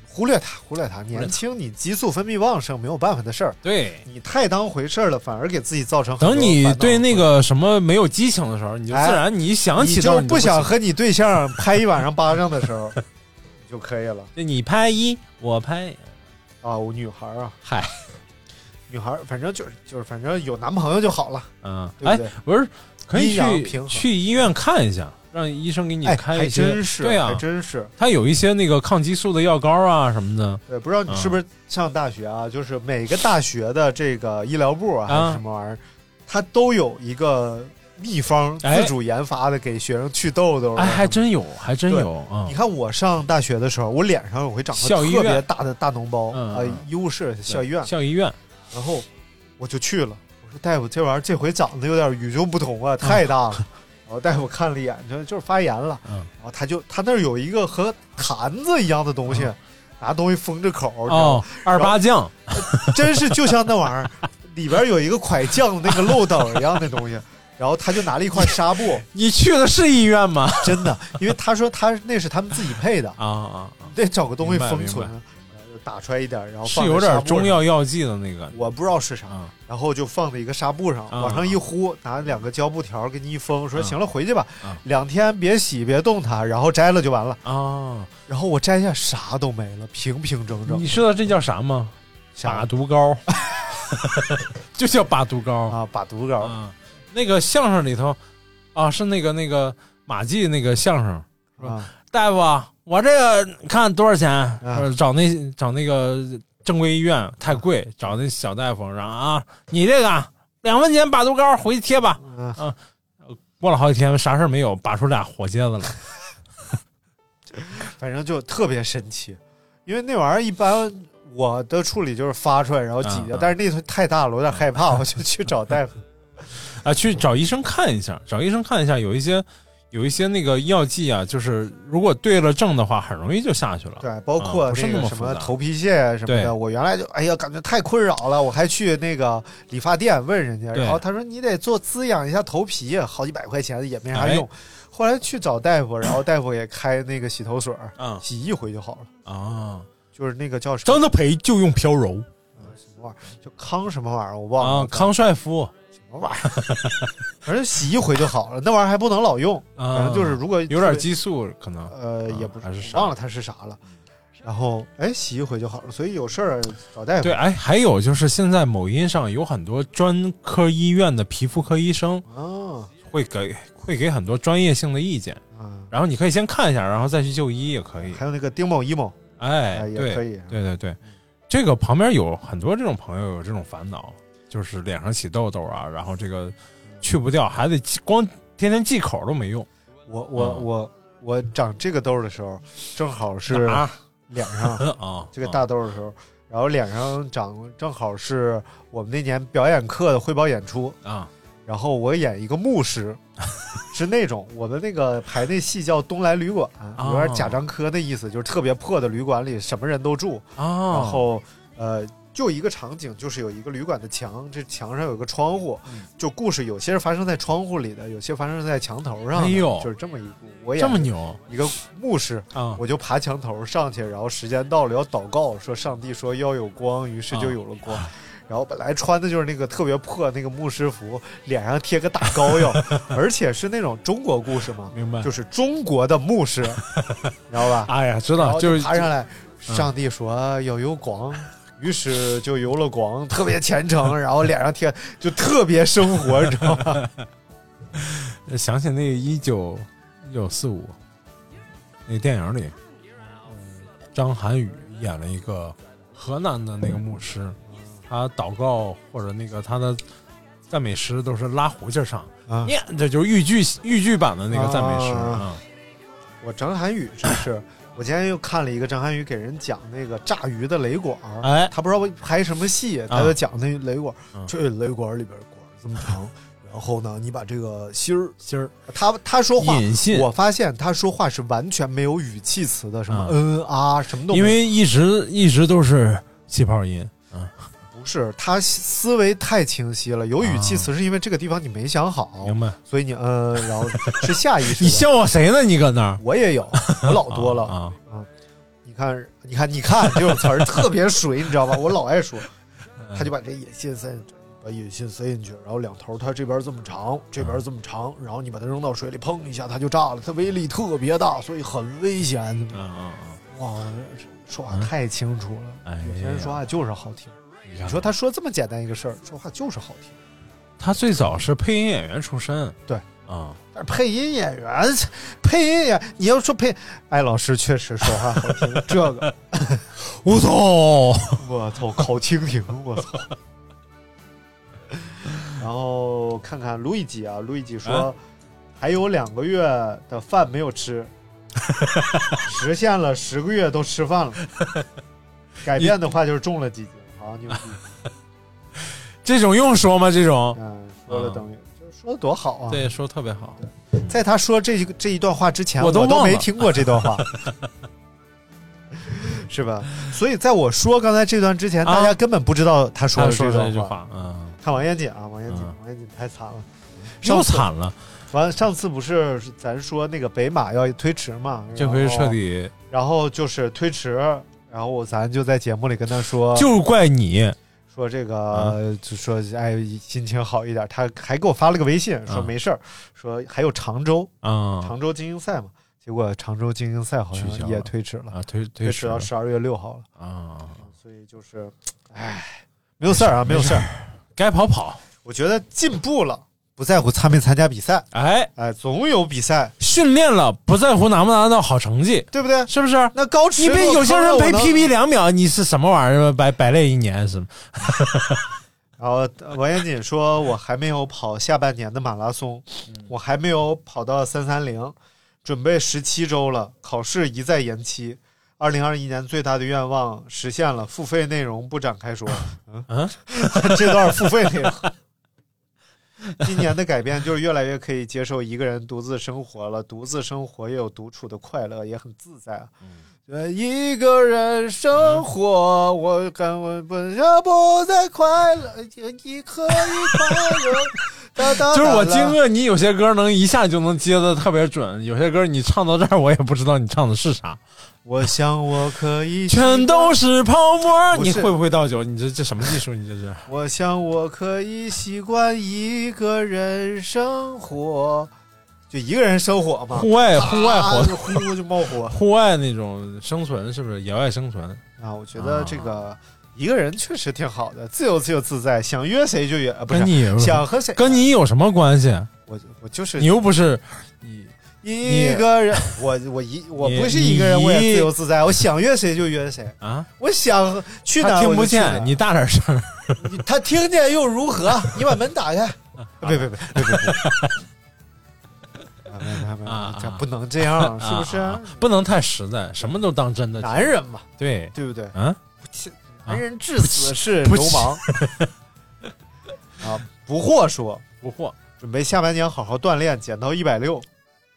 忽略它，忽略它。年轻你激素分泌旺盛，没有办法的事儿。对，你太当回事儿了，反而给自己造成很多等你烦恼对那个什么没有激情的时候，你就自哎然你想你起就到不想和你对象拍一晚上巴掌的时候 就可以了你你拍一，我拍啊！我女孩儿啊，嗨，女孩儿，反正就是就是反正有男朋友就好了，嗯，对哎不对？，不是可以阴阳去平衡去医院看一下，让医生给你哎，开还一些，真是，对啊还，真是。他有一些那个抗激素的药膏啊什么的，对，不知道你嗯是不是上大学啊？就是每个大学的这个医疗部啊，还啊是什么玩意儿，它都有一个秘方哎自主研发的，给学生去痘痘的。哎，啊还真有，还真有啊哦你。看我上大学的时候，我脸上有回长个校医特别院大的大脓包，嗯呃嗯，医务室校医院，校医院，嗯 然后我就去了，我说大夫，这玩意儿这回长得有点与众不同啊，太大了。然后大夫看了一眼，就就是发炎了，嗯然后他就他那儿有一个和坛子一样的东西，拿东西封着口，你知道嗯哦，吗二八酱，真是就像那玩 意儿，里边有一个蒯酱那个漏斗一样的东西。然后他就拿了一块纱 布，你去的是医院 吗？真的，因为他说他那是他们自己配的，啊啊，啊得找个东西明白封明存，白然后就打出来一点，然后是放在有纱点布中上药药剂的那个我不知道是啥，啊然后就放在一个纱布上，啊往上一呼，拿两个胶布条给你一封，说啊行了，回去吧啊，两天别洗别动它，然后摘了就完了。啊，然后我摘下啥都没了，平平整整你。知道这叫啥吗？啥把毒膏， 就叫把毒膏啊，把毒膏啊。那个相声里头啊，是那个那个马季那个相声，啊，大夫啊，我这个看多少钱？嗯呃找那找那个正规医院太贵，找那小大夫，然后啊，你这个啊两分钱把毒膏回去贴吧。嗯啊，过了好几天啥事儿没有，拔出俩火疖子来。反正就特别神奇，因为那玩意儿一般我的处理就是发出来然后挤掉，啊啊但是那头太大了，我有点害怕，我就去找大夫。啊，去找医生看一下，找医生看一下，有一些有一些那个药剂啊，就是如果对了症的话，很容易就下去了。对，包括啊不是那那个么什复么杂头皮屑啊什么对的，我原来就哎呀感觉太困扰了，我还去那个理发店问人家，对然后他说你得做滋养一下头皮，好几百块钱也没哎啥用。后来去找大夫，然后大夫给开那个洗头水儿，嗯洗一回就好了，啊，就是那个叫什么张德培就用飘柔什么玩意儿，就康什么玩意儿我忘了，啊，康帅夫什么玩意儿，反正洗一回就好了，那玩意儿还不能老用，啊反正就是如果有点激素可能。呃啊也不还是我啥忘了它是啥了。然后，哎，洗一回就好了，所以有事儿找大夫。对，哎，还有就是现在某音上有很多专科医院的皮肤科医生啊会给会给很多专业性的意见，啊，然后你可以先看一下，然后再去就医也可以。还有那个丁某一某，哎，哎也对可以对对对，这个旁边有很多这种朋友有这种烦恼，就是脸上起痘痘啊，然后这个去不掉，还得忌光天天忌口都没用。我我嗯我我长这个痘的时候，正好是啊脸 上啊，这个大痘的时候，然后脸上长正好是我们那年表演课的汇报演出，啊然后我演一个牧师，是那种我们那个排那戏叫东来旅馆，有点贾樟柯那意思，就是特别破的旅馆里什么人都住，啊，然然后呃，就一个场景，就是有一个旅馆的墙，这墙上有个窗户，嗯就故事有些是发生在窗户里的，有些发生在墙头上的，哎呦就是这么一个，我也这么牛一个牧师。啊我就爬墙头上去，然后时间到了要祷告，说上帝说要有光，于是嗯就有了光。然后本来穿的就是那个特别破那个牧师服，脸上贴个大膏 药，而且是那种中国故事嘛，明白就是中国的牧 师，你知道吧？哎呀，知然道后就是嗯爬上来，上帝说要有光，于是就游了光，特别虔诚，然后脸上贴就特别生活，你知道吧？呃想起那一九一九四五那电影里，呃张涵予演了一个河南的那个牧师，他祷告或者那个他的赞美诗都是拉胡琴儿唱，啊念这就是豫剧豫剧版的那个赞美诗啊啊 我张涵予真是，我今天又看了一个张涵予给人讲那个炸鱼的雷管儿，哎啊嗯他不知道拍什么戏，他就讲那雷管儿，这雷管儿里边儿管儿这么 长，然后呢，你把这个芯儿，呃今儿他他说话引信，我发现他说话是完全没有语气词的，什么啊嗯啊，什么都没因有为一直一直都是气泡音啊，不是，他思维太清晰了，有语气词是因为这个地方你没想好，明白？所以你嗯，然后哦是下意识。你，笑话谁呢？你搁那儿我也有，我老多了。啊你看，你看，你看，这种词儿特别水，你知道吧？我老爱说，他就把这引信塞进去，把引信塞进去，然后两头儿它这边这么长，这边这么长，然后你把它扔到水里，砰一下它就炸了，它威力特别大，所以很危险。啊啊哇，说话太清楚了，哎呀有些人说话就是好听。啊！你说他说这么简单一个事儿，说话就是好听。他最早是配音演员出身，对啊。但是配音演员， 配音演，你要说配，哎，老师确实说话好听，这个，我操！我操，烤蜻蜓，我操。然后看看路易吉啊，路易吉说，还有两个月的饭没有吃，实现了十个月都吃饭了。改变的话就是重了几斤，好牛逼！这种用说吗？这种嗯，说了等于，就是说的多好啊。对说得特别好，在他说这一个这一段话之前，我我都忘了没听过这 段话，是吧？所以在我说刚才这段之前，啊大家根本不知道他说他的说这的段那句。话，嗯，看王艳姐啊，王艳姐嗯，王艳姐太惨了，又上次惨了，完了，上次不是咱说那个北马要推迟嘛？这回然是后彻，底然后就是推迟，然后我咱就在节目里跟他说，就啊怪你，说这个，就说哎心情好一点。他还给我发了个微信，说嗯没事儿，说还有常州，嗯常州精英赛嘛。结果常州精英赛好取消像了也推迟了，啊，推推推迟迟到了十二月六号了。啊，所以就是，哎，没有事儿啊，没有事儿。该跑跑，我觉得进步了，不在乎参没参加比赛，哎，哎，总有比赛，训练了，不在乎拿不拿到好成绩，对不对？是不是？那高驰你被给我有些坑了人我陪能 PB 两秒，你是什么玩意儿？白白练一年是吗？然后呃王彦锦说：“我还没有跑下半年的马拉松，我还没有跑到三三零，准备十七周了，考试一再延期。二零二一年最大的愿望实现了，付费内容不展开说。嗯 嗯， 这段付费内容。今年的改变就是越来越可以接受一个人独自生活了，独自生活也有独处的快乐，也很自在啊。”嗯呃，一个人生活，我感我不要不再快乐，一可以快乐。哒 哒就是我哒惊啦愕，你有些歌能一下就能接的特别准，有些歌你唱到这儿，我也不知道你唱的是啥，我想我可以习惯全都。是泡沫。不你是啊会不会倒酒？你这这什么技术？你这是？我想我可以习惯一个人生活，就一个人生活嘛。啊户外户外活动，动，呼噜就冒火户外那种生存是不是？野外生存，啊！我觉得这啊个一个人确实挺好的，自由自由自在，想约谁就约，啊、不跟是你有想和谁跟你有什么关系？我我就是你又不是你一个人，我我一我你不是一个人，你我也自由自在，我想约谁就约谁，啊，我想去哪他儿听我不就去哪儿见，你大点声儿。你他听见又如何？ 你把门打开，别别别别别别！啊没有没有没有啊，这不能这样，是不啊是？不能太实在，什么都当真的。男人嘛，对，对不对？嗯，男人至死是流氓 啊！不惑说，不惑，准备下半年好好锻炼，减到一百六，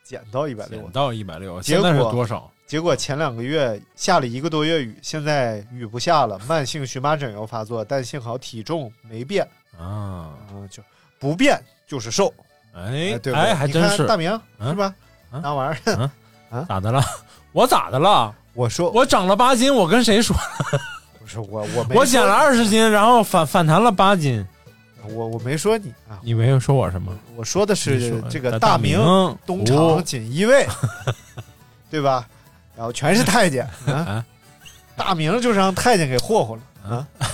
减到一百六减，到一百六，结现果在是多少？结果前两个月下了一个多月雨，现在雨不下了，慢性荨麻疹要发作，但幸好体重没变，啊，嗯，就不变就是瘦，哎哎，对不对？哎，还真你是看大明嗯是吧？嗯那玩意儿，咋的了？我咋的了？ 我说 我长了八斤，我跟谁说？不是我，我没我减了说二十斤，然后反反弹了八斤。你，我我没说你啊，你没有说我什么？我说的你是说呃这个大明东厂哦锦衣 卫，对吧？然后全是太监啊啊，大明就是让太监给霍霍了啊啊，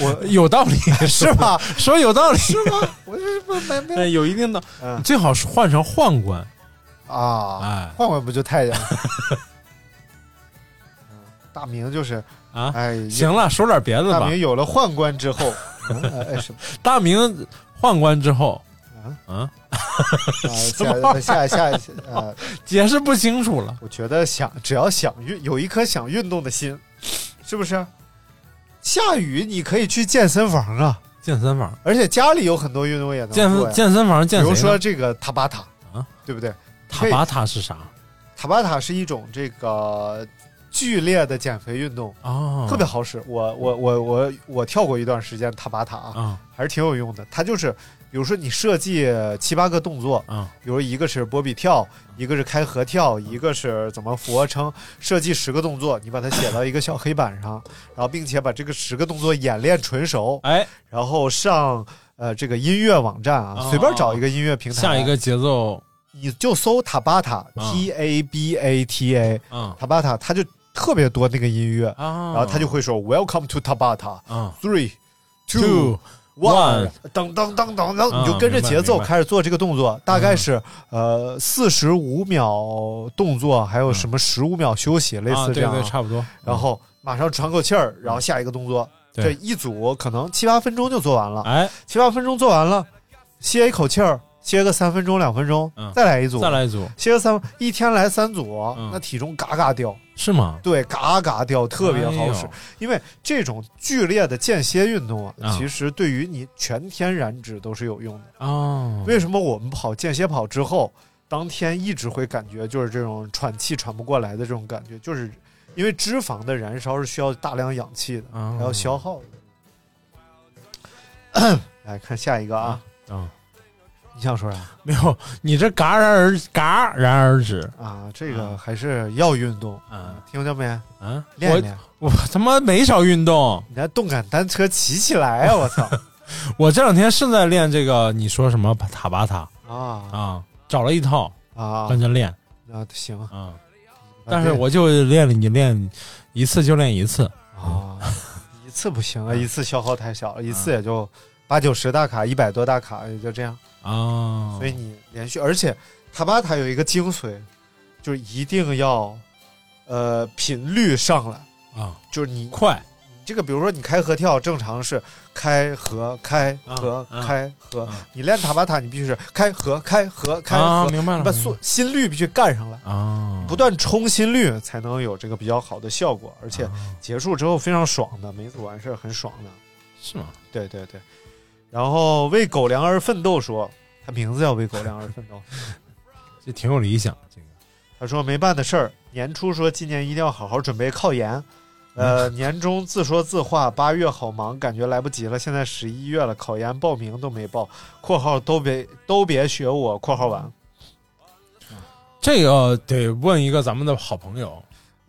我有道 理，是 吧？说有道理，是吗？我这不没没哎有一定的，嗯最好是换成宦官。啊 哎，换换不就太监了？ 嗯大明就是啊哎， 行了，说点别的大吧明。有了宦官之后，嗯哎什么大明宦官之后，啊啊， 啊下下下下呃，解释不清楚了。我觉得想只要想运有一颗想运动的心，是不是？下雨你可以去健身房啊，健身房，而且家里有很多运动也能健做呀，健身房嗯比健谁如呢？说这个塔巴塔啊，对不对？塔巴塔是啥？塔巴塔是一种这个剧烈的减肥运动。哦，特别好使。我我我我我跳过一段时间塔巴塔啊，啊还是挺有用的。它就是，比如说你设计七八个动作，啊比如一个是波比跳，一个是开合跳，一个是怎么俯卧撑，设计十个动作，你把它写到一个小黑板上，然后并且把这个十个动作演练纯熟，哎，然后上呃这个音乐网站啊，哦随便找一个音乐平台，下一个啊节奏，你就搜塔巴塔 T A B A T A 嗯塔巴塔，它就特别多那个音乐。啊，然后他就会说 “Welcome to Tabata 啊 three two two one”， one 噔噔噔噔噔，啊你就跟着节明白奏明嗯白开始做这个动作，大概是呃四十五秒动作，还有什么十五秒休息，类嗯啊，似这对样啊。对，差不多。然后马上喘口气儿，然后下一个动作，这对一组可能七八分钟就做完了，哎，七八分钟做完了，歇一口气儿，歇个三分钟两分钟，嗯再来一组，再来一嗯组，歇个三一天来三组，那体重嘎嘎掉，是吗？对，嘎嘎掉，特别哎好呦使。因为这种剧烈的间歇运动啊啊，其实对于你全天燃脂都是有用的。哦，为什么我们跑间歇跑之后，当天一直会感觉就是这种喘气喘不过来的这种感觉，就是因为脂肪的燃烧是需要大量氧气的，哦还要消耗 的。来看下一个啊，啊，你想说啥没有，你这戛然而戛然而止啊？这个还是要运动，啊听见没？啊！练一练，我我他妈没少运动，你还动感单车骑起来啊！我操我这两天是在练这个，你说什么塔巴塔 啊啊？找了一套啊跟着练啊！行啊，啊，但是我就练了，你练一次就练一次，哦啊， 一次不行嗯啊，一次消耗太小了，一次也就八九十大卡，一百多大卡也就这样。啊，所以你连续，而且塔巴塔有一个精髓，就是一定要呃频率上来，啊就是你快这个，比如说你开合跳，正常是开嗯合开合啊啊开合啊，你练塔巴塔你必须是开合开合开啊，合，明白你了，把明白速心率必须干上来。了啊，不断冲心率才能有这个比较好的效果，而且啊结束之后非常爽的，每组完事儿很爽的。是吗？对对对，然后为狗粮而奋斗说，他名字叫为狗粮而奋 斗。这挺有理想，这个他说没办的事儿，年初说今年一定要好好准备考研，嗯呃，年终自说自话，八月好忙，感觉来不及了，现在十一月了，考研报名都没报（括号都别都别学我）（括号完这个得问一个咱们的好朋友）。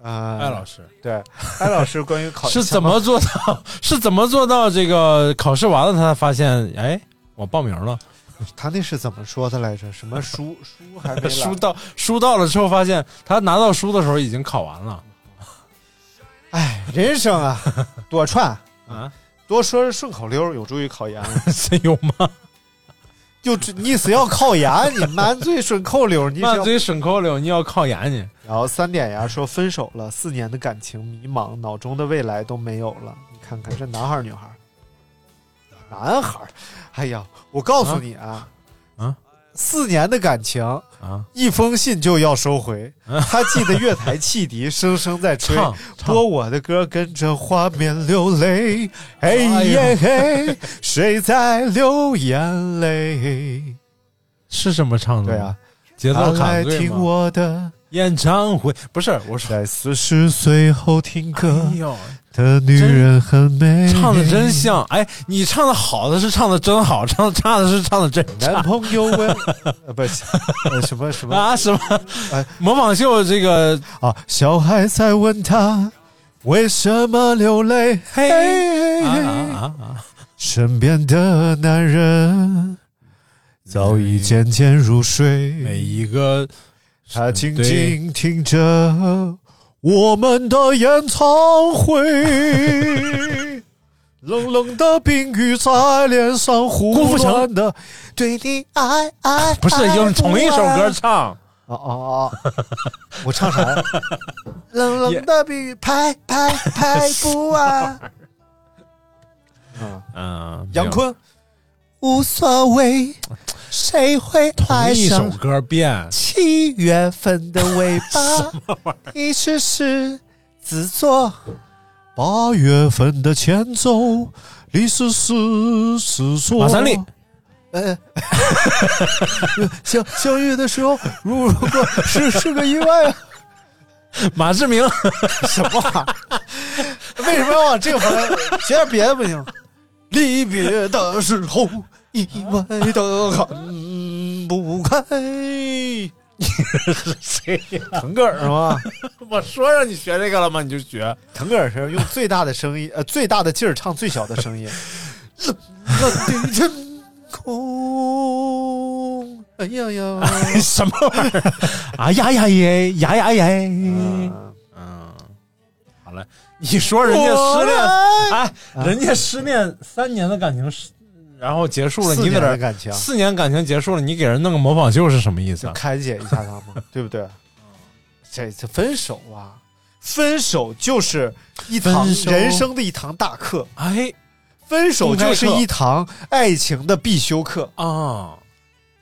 呃，嗯艾老师，对，艾老师关于考 是怎么做到？ 是怎么做到这个考试完了，他才发现，哎，我报名了，他那是怎么说的来着？什么书书还没来书到书到了之后，发现他拿到书的时候已经考完了 哎，人生啊，多串，啊？多说顺口溜有助于 考研。真有吗？就只你是要考研，你满嘴顺口溜，你 是满要。嘴顺口溜，你要考研去？然后三点牙说分手了，四年的感情迷茫，脑中的未来都没有了。你看看这男孩儿女 孩儿，男孩儿，哎呀，我告诉你啊，啊四年的感情，啊，一封信就要收回。他记得月台汽笛声声在嗯吹，唱唱播我的歌，跟着画面流泪。嘿哎耶呀嘿，谁在流眼泪？是这么唱的？对啊，，节他奏来嗯卡对听吗？我的，演唱会不是我说，在四十岁后听歌哎呦，的女人很美，唱的真。像！哎，你唱的好的是唱的真好，唱差的是唱的真 男差。朋友 问，呃，不是，呃，什么什么啊什么哎？模仿秀这个啊？小孩在问他为什么流泪，嘿嘿啊嘿啊啊！身边的男人早已渐渐入每睡，一个他静对静听着我们的演唱 会。冷冷的冰雨在脸上胡郭富城乱的，对你爱爱不是爱用同一首歌完唱，哦哦哦， 我唱 啥呀？冷冷的冰雨拍拍拍不完。嗯，杨坤，无所谓，谁会同一首歌变，七月份的尾巴？你是狮子座，八月份的前奏，你是狮子座。马三立，呃， 相相遇的时候，如如果是是个意外啊。马志 明，什么玩意儿？为什么要往这个方向？学点别的不行吗？离别的时候，意外的看不开。你是谁呀、腾格尔是吗？我说让你学这个了吗？你就学，腾格尔是用最大的声音，呃，最大的劲儿唱最小的声音。冷冷的天空，哎呀呀！什么玩意儿？啊呀呀耶呀呀耶，嗯，好了，你说人家失恋，哎，人家失恋三年的感情是，然后结束了，四你给年的人感情，四年感情结束了，你给人弄个模仿秀是什么意思啊？开解一下他嘛，对不对？这这分手啊，分手就是一堂分手人生的一堂大课，哎分手就是公开课一堂爱情的必修课。啊，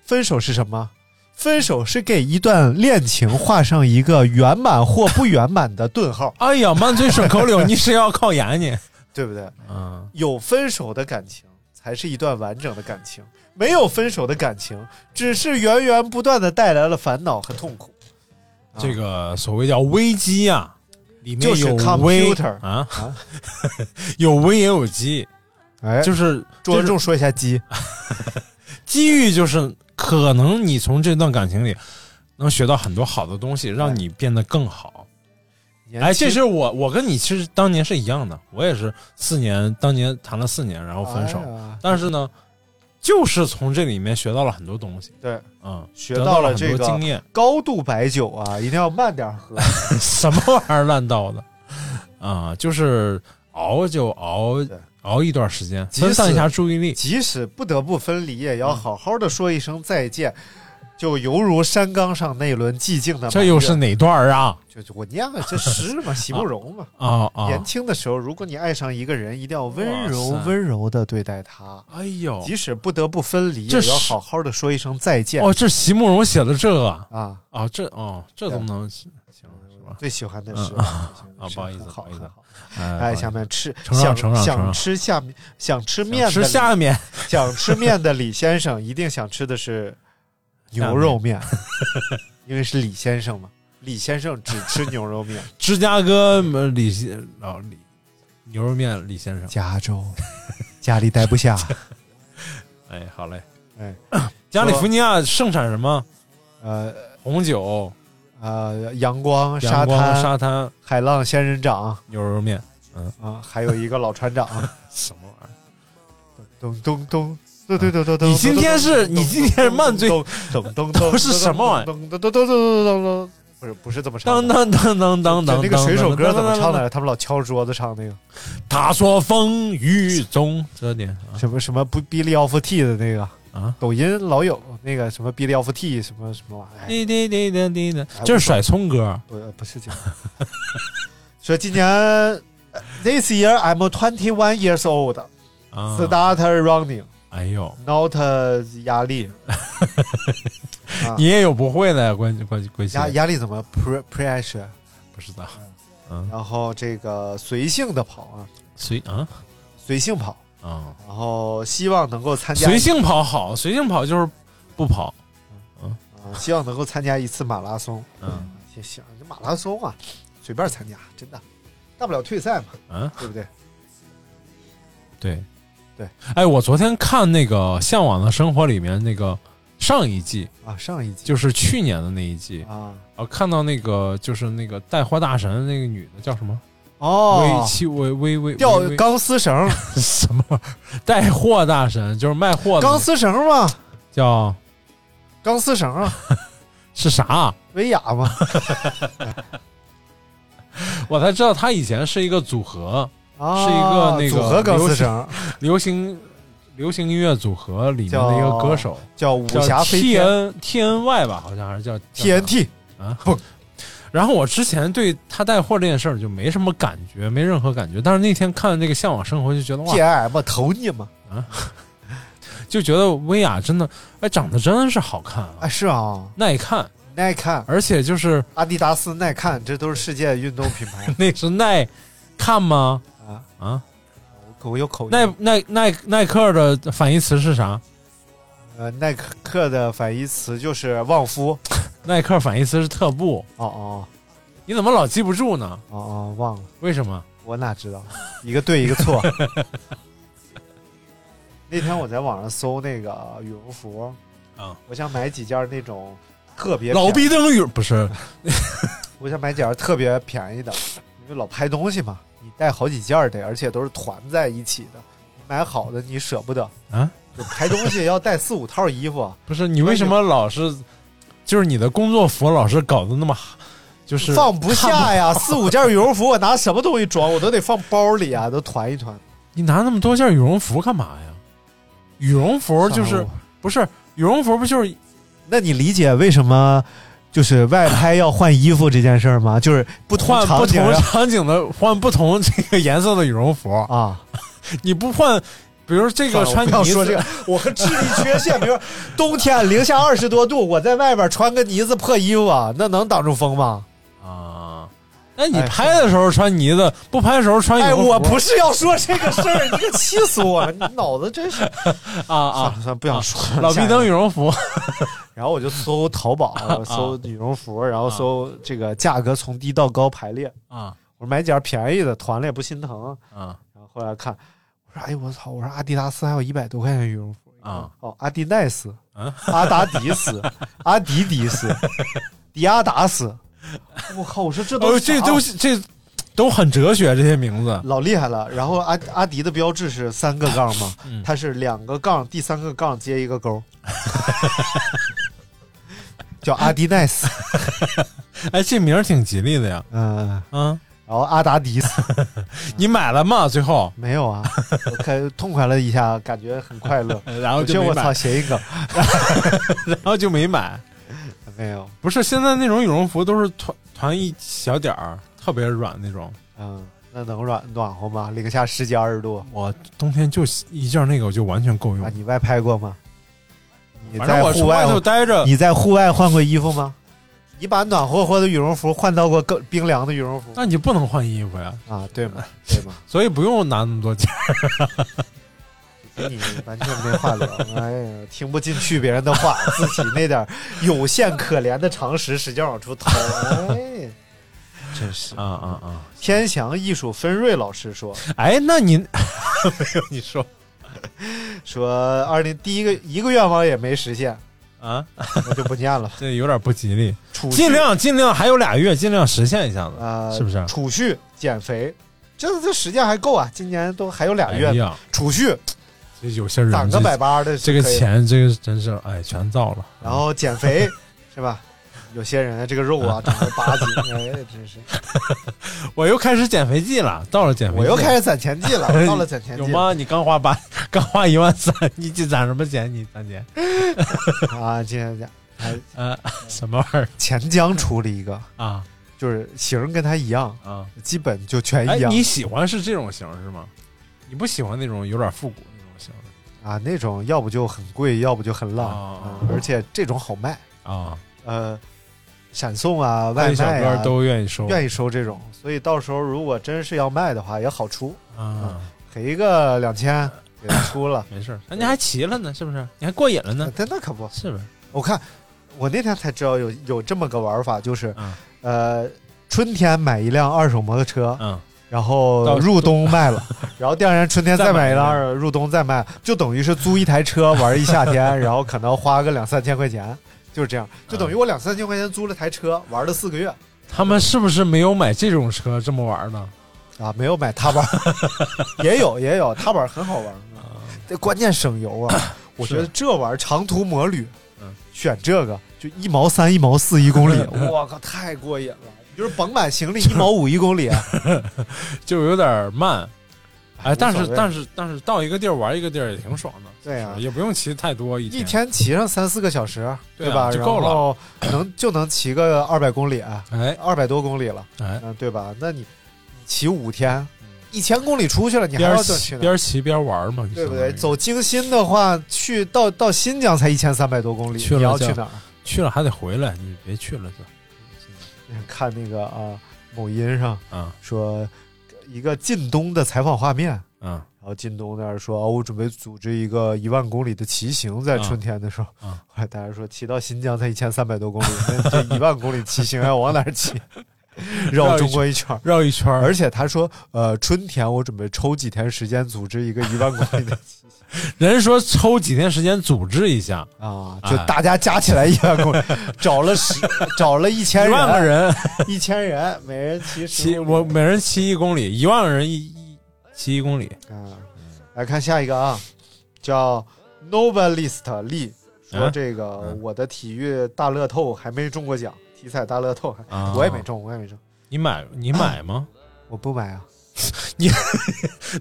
分手是什么？分手是给一段恋情画上一个圆满或不圆满的顿号。哎呀，满 嘴顺口溜，你是要考研呢？对不对？嗯，有分手的感情才是一段完整的感情，没有分手的感情只是源源不断的带来了烦恼和痛苦。啊这个所谓叫危机啊，里面就是有危 computer 啊， 有危也有机，哎，就是哎着这种重说一下鸡，机遇，就是可能你从这段感情里能学到很多好的东西，让你变得更好。年哎，轻这是我，我跟你其实当年是一样的，我也是四年，当年谈了四年，然后分手，哎呀但是呢，就是从这里面学到了很多东西，对，嗯，学得到到了很这多个经验，高度白酒啊，一定要慢点 喝。什么玩意儿烂到的 啊、就是熬就熬对熬一段时间，即使分散一下注意力。即使不得不分离，也要好好的说一声再见，就犹如山岗上那轮寂静的满月。这又是哪段儿啊？就就我念了这 诗嘛，席慕容嘛。啊啊！年轻的时候，如果你爱上一个人，一定要温柔哇塞温柔的对待他，哎呦，即使不得不分离，这也是要好好的说一声再见哦，这席慕容写的这个啊，啊！啊这哦，这都能行是吧？最喜欢的是嗯啊不好意思很好不好意思很好。哎哎，，下面吃承让想承让承想让吃下面想吃面的吃李下面想吃面的李先生一定想吃的是牛肉面， 因为是李先生嘛。李先生只吃牛 肉面，芝加哥呃李先老李牛肉面李先生。加州家里待不 下，哎，好嘞。 哎，加利福尼亚盛产什么？呃红酒、呃，阳光沙阳光、滩沙滩、海浪仙人掌啊、牛肉面，还有一个老船长， 什么玩意儿？咚咚咚。咚咚咚咚咚！你今天是你今天是慢醉，咚 咚咚咚，都是什么玩意儿咚咚咚咚咚咚咚，不是不是这么唱当的。当当当当当，啊那个水手歌怎么唱来？着？他们老敲桌子唱那个他说风雨中，这点啊，什么什么不 Billy off T 的那个啊，抖音老有那个什么 Billy off T 什么什么玩意儿，滴滴滴滴滴滴，这是甩葱歌。不不是这样。 说今年呃 This year I'm twenty one years old, 啊， start running, 哎呦， not 压力。啊你也有不会的呀，关关关系压压力怎么 pre pressure？不知道，然后这个随性的跑啊，随啊随性跑，啊，然后希望能够参加随性跑好，随性跑就是不跑，啊，希望能够参加一次马拉松。嗯也行，这马拉松啊，随便参加，真的，大不了退赛嘛， 啊，对不对？对对，哎，我昨天看那个《向往的生活》里面那个上一季，啊，上一季就是去年的那一季，啊，啊，看到那个就是那个带货大神那个女的叫什么？哦微，七微微微吊微微钢丝绳， 什么玩意儿？带货大神就是卖货的那钢个，丝绳嘛，叫钢丝绳啊， 是啥？啊维亚嘛，我才知道他以前是一个组合，啊，是一个那个组合钢丝绳，流行流行音乐组合里面的一个歌手，叫武叫侠飞 T 天 N T N Y 吧，好像还是叫 TNT 啊。然后我之前对他带货这件事儿就没什么感觉，没任何感觉。但是那天看这个《向往生活》，就觉得哇， TM 投你嘛，就觉得薇娅真的，哎，长得真是好看啊啊，，是啊，耐看，耐看，而且就是阿迪达斯耐看，这都是世界运动品牌那是耐看吗？啊，啊，我有口音，耐耐耐耐克的反义词是啥？呃耐克克的反义词就是旺夫，耐克反义词是特步，哦哦你怎么老记不住呢？哦哦，忘了。为什么？我哪知道，一个对一个错。那天我在网上搜那个羽绒服，啊，我想买几件那种特别老便逼宜灯语不 是？我想买几件特别便宜的，因为老拍东西嘛，你带好几件得，而且都是团在一起的，你买好的你舍不得啊，就拍东西要带四五套衣服，不是你为什么老是，就是你的工作服老是搞得那么，就是放不看下 呀，四五件羽绒服我拿什么东西装，我都得放包里啊，都团一团。你拿那么多件羽绒服干嘛呀？羽绒服就是算了不是羽绒服不就是那你理解为什么就是外拍要换衣服这件事儿吗？就是不同换不场景同啊场景的换不同这个颜色的羽绒服？啊，你不换比如这个穿不要呢 说这个子，，我和智力缺陷，比如冬天零下二十多度，我在外边穿个呢子破衣服啊，那能挡住风吗？啊，那你拍的时候穿呢子，不拍的时候穿羽哎，绒服。我 不是要说这个事儿，你这气死我了！你脑子真 是啊啊算了，算了，不想说了。老下一毕个登羽绒服，然后我就搜淘宝，啊我搜羽绒服，然后搜这个价格从低到高排列。啊我说买点便宜的，团了也不心疼。啊然后后来看，我说哎我操，我说阿迪达斯还有一百多块钱羽绒服啊！哦，阿迪耐斯、啊阿达迪 斯、阿迪迪斯、迪阿达斯。我靠，我说这都哦，是这啥都是这都很哲学，这些名字老厉害了。然后阿阿迪的标志是三个杠嘛，嗯它是两个杠，第三个杠接一个勾， 叫阿迪 耐斯。哎，这名儿挺吉利的呀。嗯，啊，然后阿达迪斯你买了吗？最后，没有啊，我开痛快了一下，感觉很快乐。呃然后我觉就得没我操，买，谐音梗然后就没买。没有。不是，现在那种羽绒服都是团团一小点儿，特别软那种。嗯，那能暖暖和吗？零下十几二十度我冬天就一件那个，我就完全够啊！用。你外拍过吗？你嗯反正在我户出外外，头待着，你在户外换过衣服吗？你把暖和和的羽绒服换到过更冰凉的羽绒服那你不能换衣服呀，啊？对吗？对吗？所以不用拿那么多件儿。跟你完全没话聊，哎呀，听不进去别人的话，自己那点儿有限可怜的常识使劲往出掏，哎，真是。啊啊啊！天祥艺术分瑞老师说 哎，那你 没有你说说二零第一个一个愿望也没实现， 啊，我就不念了。这有点不吉利。储蓄尽量尽量还有俩月，尽量实现一下子，啊，是不是？储蓄减肥，这这时间还够啊，今年都还有俩哎月呢。呀，储蓄这有些人攒个这百八的这个可以，钱，这个真是哎，全造了。然后减肥 是吧？有些人这个肉啊长了八斤， 哎，真是。我又开始减肥季了，到了减肥季，我又开始攒钱 季了，我到了攒钱季有吗？你刚花八，刚花一万三，你去攒什么钱？你攒钱？啊！今天讲，哎， 呃，什么玩意儿钱江出了一个，啊就是型跟他一样，啊？基本就全哎一，样、你喜欢是这种型是吗？你不喜欢那种有点复古那种型啊。那种要不就很贵，要不就很浪，哦嗯而且这种好卖，啊？呃，闪送啊、外那小卖哥啊，都愿意收，愿意意收这种。所以到时候如果真是要卖的话，也好出，啊，。给一个两千给他出了 没事儿，那你还骑了呢，是不是？你还过瘾了呢，但那可不，是不是？我看我那天才知道有有这么个玩法，就是、啊呃，春天买一辆二手摩托车，嗯，然后到入冬卖了， 然后第二年春天再买一辆再买一二，入冬再卖，就等于是租一台车玩一夏 天，然后可能花个两三千块钱，就是这样，就等于我两三千块钱租了台车，玩了四个月他们是不是没有买这种车这么玩呢？啊，没有买踏板， 啊也有也有踏板很好玩，这关键省油 啊，我觉得这玩意儿长途摩旅嗯，选这个就一毛三、一毛四一公 里，我靠，太过瘾了，你就是甭买行李一毛五一公里，就有点慢。哎，但无是所谓但是但是到一个地儿玩一个地儿也挺爽的，啊对呀、也不用骑太多一一天骑上三四个小时，对啊吧？就够了然后能就能骑个二百公里，啊哎二百多公里了，哎，嗯，对吧？那你你骑五天，嗯一千公里出去了，你还边要儿再骑去边呢，儿骑边儿玩嘛，对相不当对？于走京新的话，去到到新疆才一千三百多公里，去了你要就去哪儿？去了还得回来，你别去了就看那个啊，某音上啊说一个靳东的采访画面。啊然后靳东那儿说、哦我准备组织一个一万公里的骑行，在春天的时候，嗯嗯 后来大家说骑到新疆才一千三百多公里，那这一万公里骑行要往哪儿骑？ 绕中国一圈儿。绕一圈儿而，且他说，呃，春天我准备抽几天时间组织一个一万公里的人说抽几天时间组织一下， 啊，就大家加起来一万公里，找了十，找了一千一人，万个人一千人，每人骑十骑，公我里每人骑一公里，一万个人一一骑一公里，啊，来看下一个啊，叫 Novelist 丽说嗯这个、嗯我的体育大乐透还没中过奖，体彩大乐透还、啊我也没中，我也没中，你买你买啊吗？我不买啊，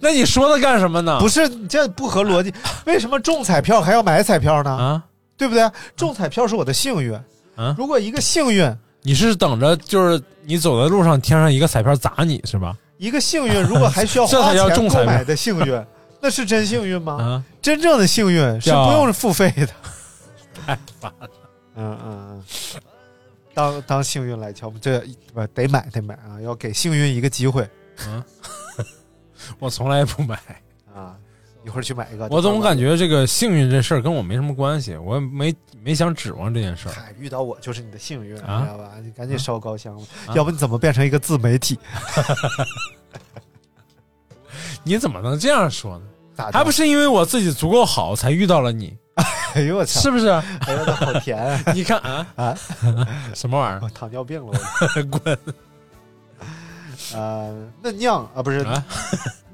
那你说它干什么呢？不是你这不合 逻辑，为什么中彩票还要买彩票呢？啊，对不对？中彩票是我的幸运，嗯如果一个幸运。你是等着就是你走在路上天上一个彩票砸你是吧？一个幸运，如果还需要 这花才叫钱中彩购票买的幸运，那是真幸运吗？啊，真正的幸运是叫不用付费的。 太烦了。嗯嗯嗯，当当幸运来敲门，这不得买得买啊！要给幸运一个机会啊！我从来不买，啊！一会儿去买一个。我总感觉这个幸运这事儿跟我没什么关系，我没没想指望这件 事儿。嗨，遇到我就是你的幸运，啊你知道吧？你赶紧烧高香吧，啊要不你怎么变成一个自媒体？你怎么能这样说呢？咋的还不是因为我自己足够好才遇到了 你，哎呦我操！是不是？哎呦，我的好甜啊！你看啊啊，什么玩意我糖尿病了，我儿？ 滚！呃，嫩酿啊，不是、啊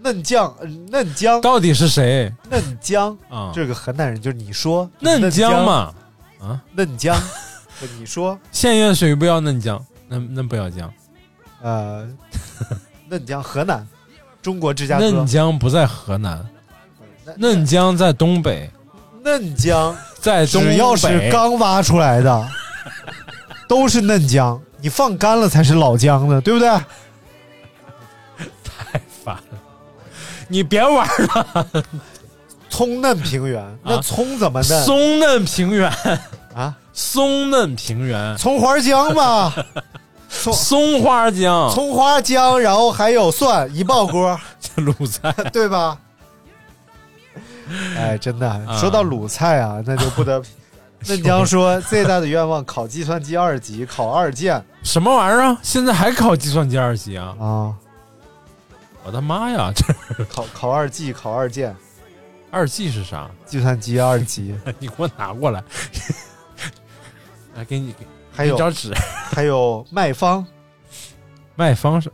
嫩酱，呃嫩姜，到底是谁嫩姜，啊？这个河南人就是你说嫩姜姜，嘛，嫩姜， 不你说县院水不要嫩姜，嫩嫩不要姜，呃， 嫩姜，河南，中国芝加哥，嫩姜不在河南，嫩嫩姜在东北，嫩姜，在东只北。要是刚挖出来 的，都是嫩姜，你放干了才是老姜呢，对不对？太烦了， 你别玩儿了，葱嫩平啊原，那葱怎么嫩松嫩平原，啊？松嫩平原，葱花 姜嘛，葱松花江，葱花姜，然后还有蒜，一爆锅，鲁菜， 对吧？哎，真的，嗯说到鲁菜啊，那就 不得。嫩姜说最大的愿望考计算机二级，考二建什么玩意儿啊？现在还考计算机二级 啊？啊，我的妈呀，这考考二技，考二建，二 G 是啥？ 计算机二级，你给我拿过来，来给你给还你有张纸。还有卖方卖方是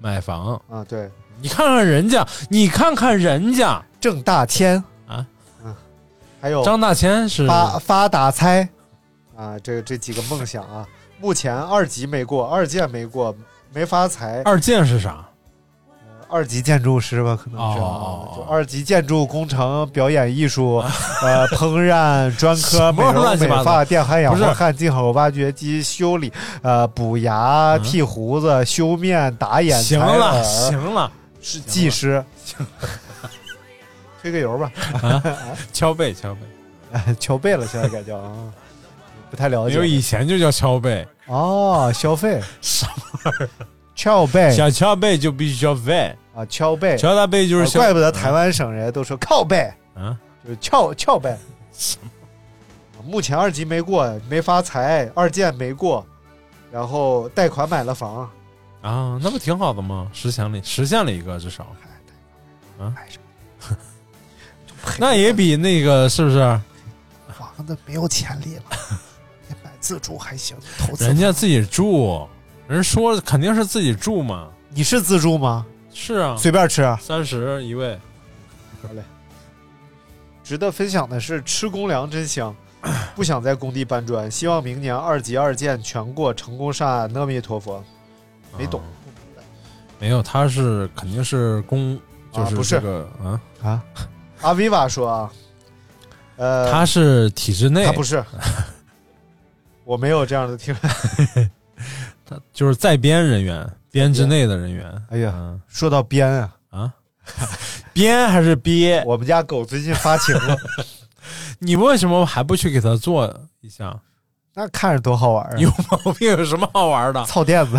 买房，啊，对，你看看人家，你看看人家，郑大千啊，嗯，还有张大千是发发达猜啊，这这几个梦想啊，目前二级没过，二建没过，没发财，二建是啥？二级建筑师吧，可能是、啊哦就二级建筑、工程、表演艺术、呃，烹饪、专科、什美么容、乱七美八糟发、电焊、氧不是化焊、进口挖掘机修理、呃，补牙、剃胡子、修面、打眼、嗯行采了耳行了，是技师。 推个油吧， 敲背敲背，敲背了，现在改叫啊，不太了没有解以前就叫敲背，哦，消费什么敲背想敲背就必须敲背，啊，敲背，敲大背就是啊小怪不得台湾省人都说靠背，啊，就是翘翘呗。 目前二级没过，没发财，二建没过，然后贷款买了房，啊，那不挺好的吗？实现了实现了一个至少，哎啊， 那也比那个是不是？房子没有潜力了，你买自住还行，投资人家自己住，人说肯定是自己住嘛，你是自住吗？是啊，随便吃。三十一位，值得分享的是，吃公粮真香，不想在工地搬砖，希望明年二级二建全过，成功上岸，阿弥陀佛。没懂啊没有，他是肯定是公，就啊不是这个啊，啊？阿维瓦说啊，呃，他是体制内，他不是，我没有这样的听。就是在编人员，编制内的人员。哎呀嗯说到编啊，啊，编还是憋？我们家狗最近发情了，你为什么还不去给他做一下？ 那看着多好玩啊！有毛病有什么好玩的？草垫子，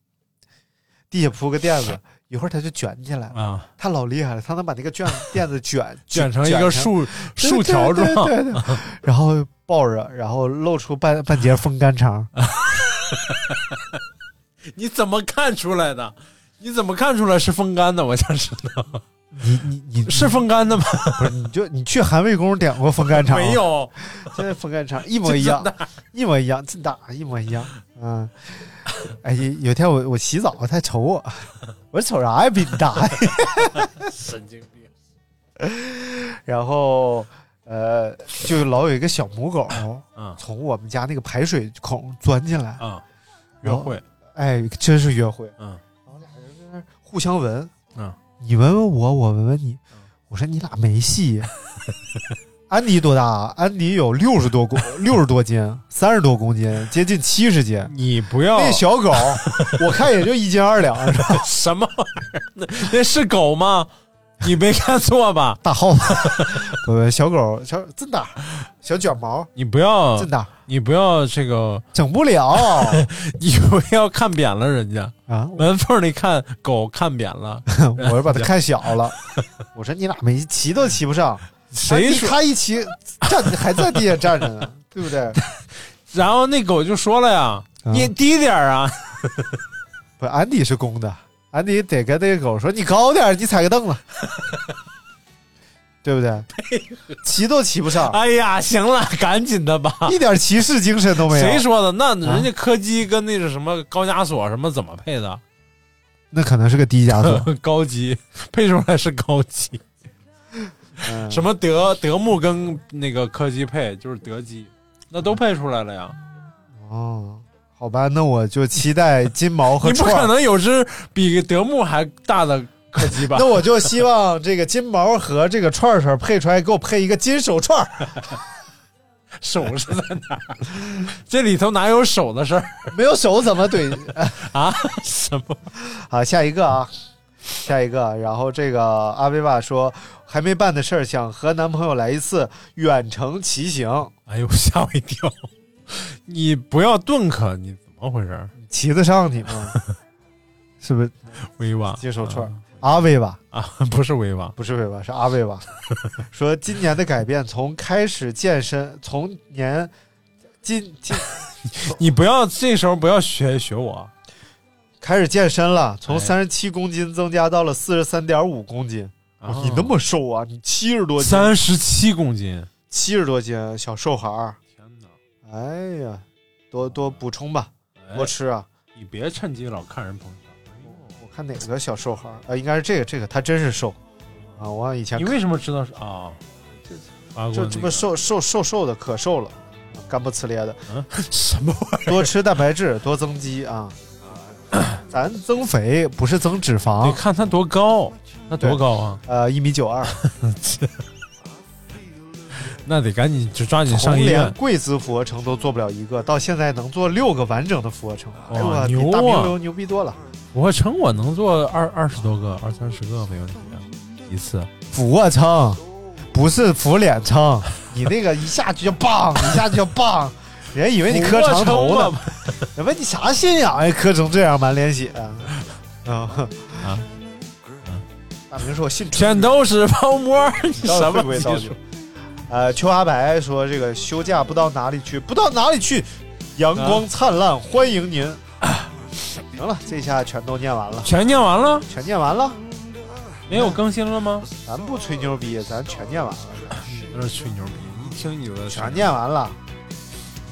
地下铺个垫子，一会儿它就卷起来了。啊，它老厉害了，它能把那个卷垫子卷 卷成一个，竖对竖条状对，对对 对然后抱着，然后露出半半截风干肠。你怎么看出来的？你怎么看出来是风干的？我想知道你你 你是风干的吗？不是？你就你去韩魏宫点过风干 肠？没，有，现在风干肠一模一样。一模一样，真的一模一样。嗯，哎，有有天我我洗澡，他瞅我， 我说瞅啥呀，比 你大。神经病。 然后呃，就老有一个小母狗嗯从我们家那个排水孔钻进来，啊，约会，哎，真是约会。嗯然后俩人在那儿互相闻，嗯，你闻闻我，我闻闻你。我说你俩没戏。 安迪多大啊？安迪有六十多 公，六十多斤，三十多公斤，接近七十斤。你不要那 小狗，我看也就一斤二两，什么玩意儿？那那是狗吗？你没看错吧？大耗子，不不，小狗小真的，小卷毛你不要真的你不要这个，整 不了你不要看扁了人家啊！门缝里看狗看扁了，我是把它看小 了，我说你咋没骑都骑不上？谁你说？看一骑站还在地下站着呢，对不对？然后那狗就说了呀，啊你低点儿啊，不，安迪是公的，安迪得跟那个狗说：“你高点儿，你踩 个凳子，对不对？骑都骑不上，哎呀，行了，赶紧的 吧。一点骑士精神都没有。谁说的？那人家柯基跟那是什么高加索什么怎么配的？那可能是个低 加索，高级嗯配出来是高级，嗯什么德德牧跟那个柯基配就是德基，那都配出来了呀。哦，好吧，那我就期待金毛和你不串可儿。能有只比德牧还大的柯基吧那？我就希望这个金毛和这个串串配出来，给我配一个金手串儿， 手是在哪儿？这里头哪有手的事儿没有手怎么怼？啊？什么？ 好，下一个啊，下一个。然后这个阿维爸说，还没办的事儿，想和男朋友来一次远程骑行，哎呦，吓我一跳！你不要顿磕，你怎么回事儿？骑得上嗯你吗？是不是威娃金手串儿？阿维吧，啊，不是威娃，不是维吧，是阿维吧？ 说今年的改变，从开始健身，从年今今你不要这时候不要学学我，开始健身了，从哎三十七公斤增加到了四十三点五公斤。哦你那么瘦啊？你七十多斤，三十七公斤，七十多斤小瘦孩儿。天哪！哎呀，多多补充吧，哎多吃啊。你别趁机老看人朋友我看哪个小瘦孩儿啊？应该是这个，这个他真是瘦啊！我以前圈，你为什么知道是啊？这就这么，瘦瘦瘦瘦的，可瘦了，啊干不呲咧 的，什么玩意多吃蛋白质，多增肌 啊。咱增肥不是增脂儿？你肪，看他多高，他多高啊？呃，一米九二，那得赶紧就抓紧从上医连院。跪姿俯卧撑都做不了一个，到现在能做六个完整的俯卧撑，哇哎呦比牛啊大平流牛逼多了。俯卧撑我能做二二十多个、二三十个没问题，一次。俯卧撑不是俯脸撑，你那个一下就叫棒，一下就叫棒，人家以为你磕长头俯卧撑。 呢嘛人问你啥信仰呀？磕成这样，满脸血啊！啊啊！大明说：“我信全都是泡 沫，你你知道什么会不会技造术就？”呃，秋阿白说：“这个休假不到哪里去，不到哪里去，阳光灿烂，欢 迎您。行了，这下全都念完了，全念完了？全念完了。没有更新了吗？咱不吹牛逼，咱全念完了，有点吹牛逼，一听你就在全念完了。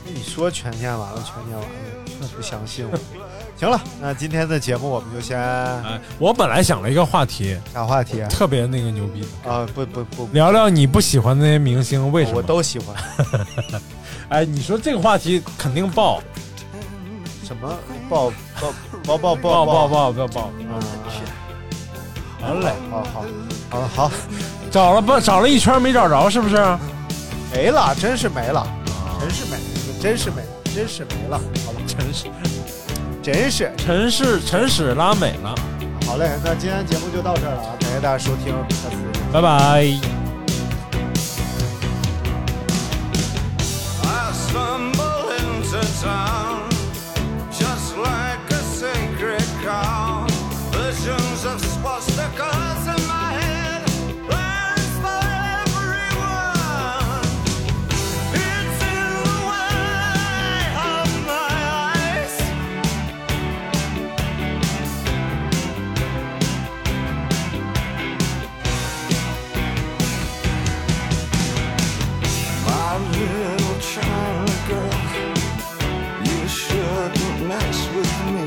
那你说全念完了，全念完了，那不相信我。行了，那今天的节目我们就先哎，我本来想了一个话题，下话题啊、特别那个牛逼的，不不不，聊聊你不喜欢的那些明星为什么？我都喜欢。哎，你说这个话题肯定爆什么爆爆爆爆爆爆爆爆爆！爆爆爆！嗯好嘞，好好好了好，找了吧，找了一圈没找着，是不是？没了，真是没了，真是没，真是没，真是没了，好了，陈氏，真是。陈氏，陈史拉美了，好嘞，那今天节目就到这儿了啊，感谢大家收听，下次见。拜拜。 I stumble into town just like a sacred cow. Visions of swastikas in my head, plans for everyone. It's in the way of my eyes. My little China girl, you shouldn't mess with me.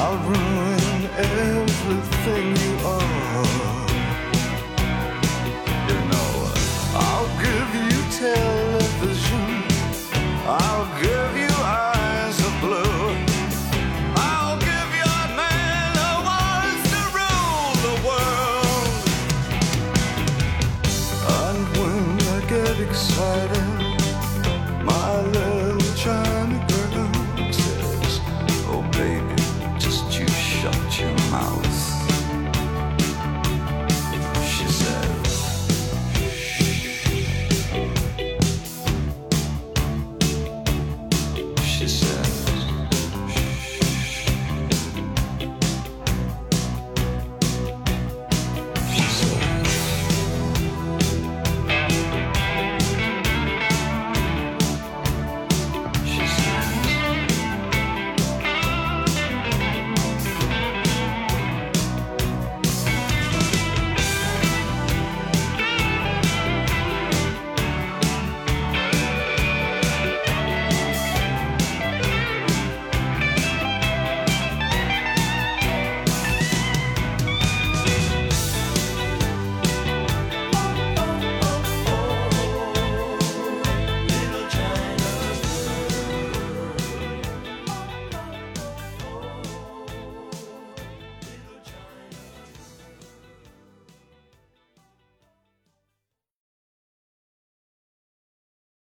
I ruined everything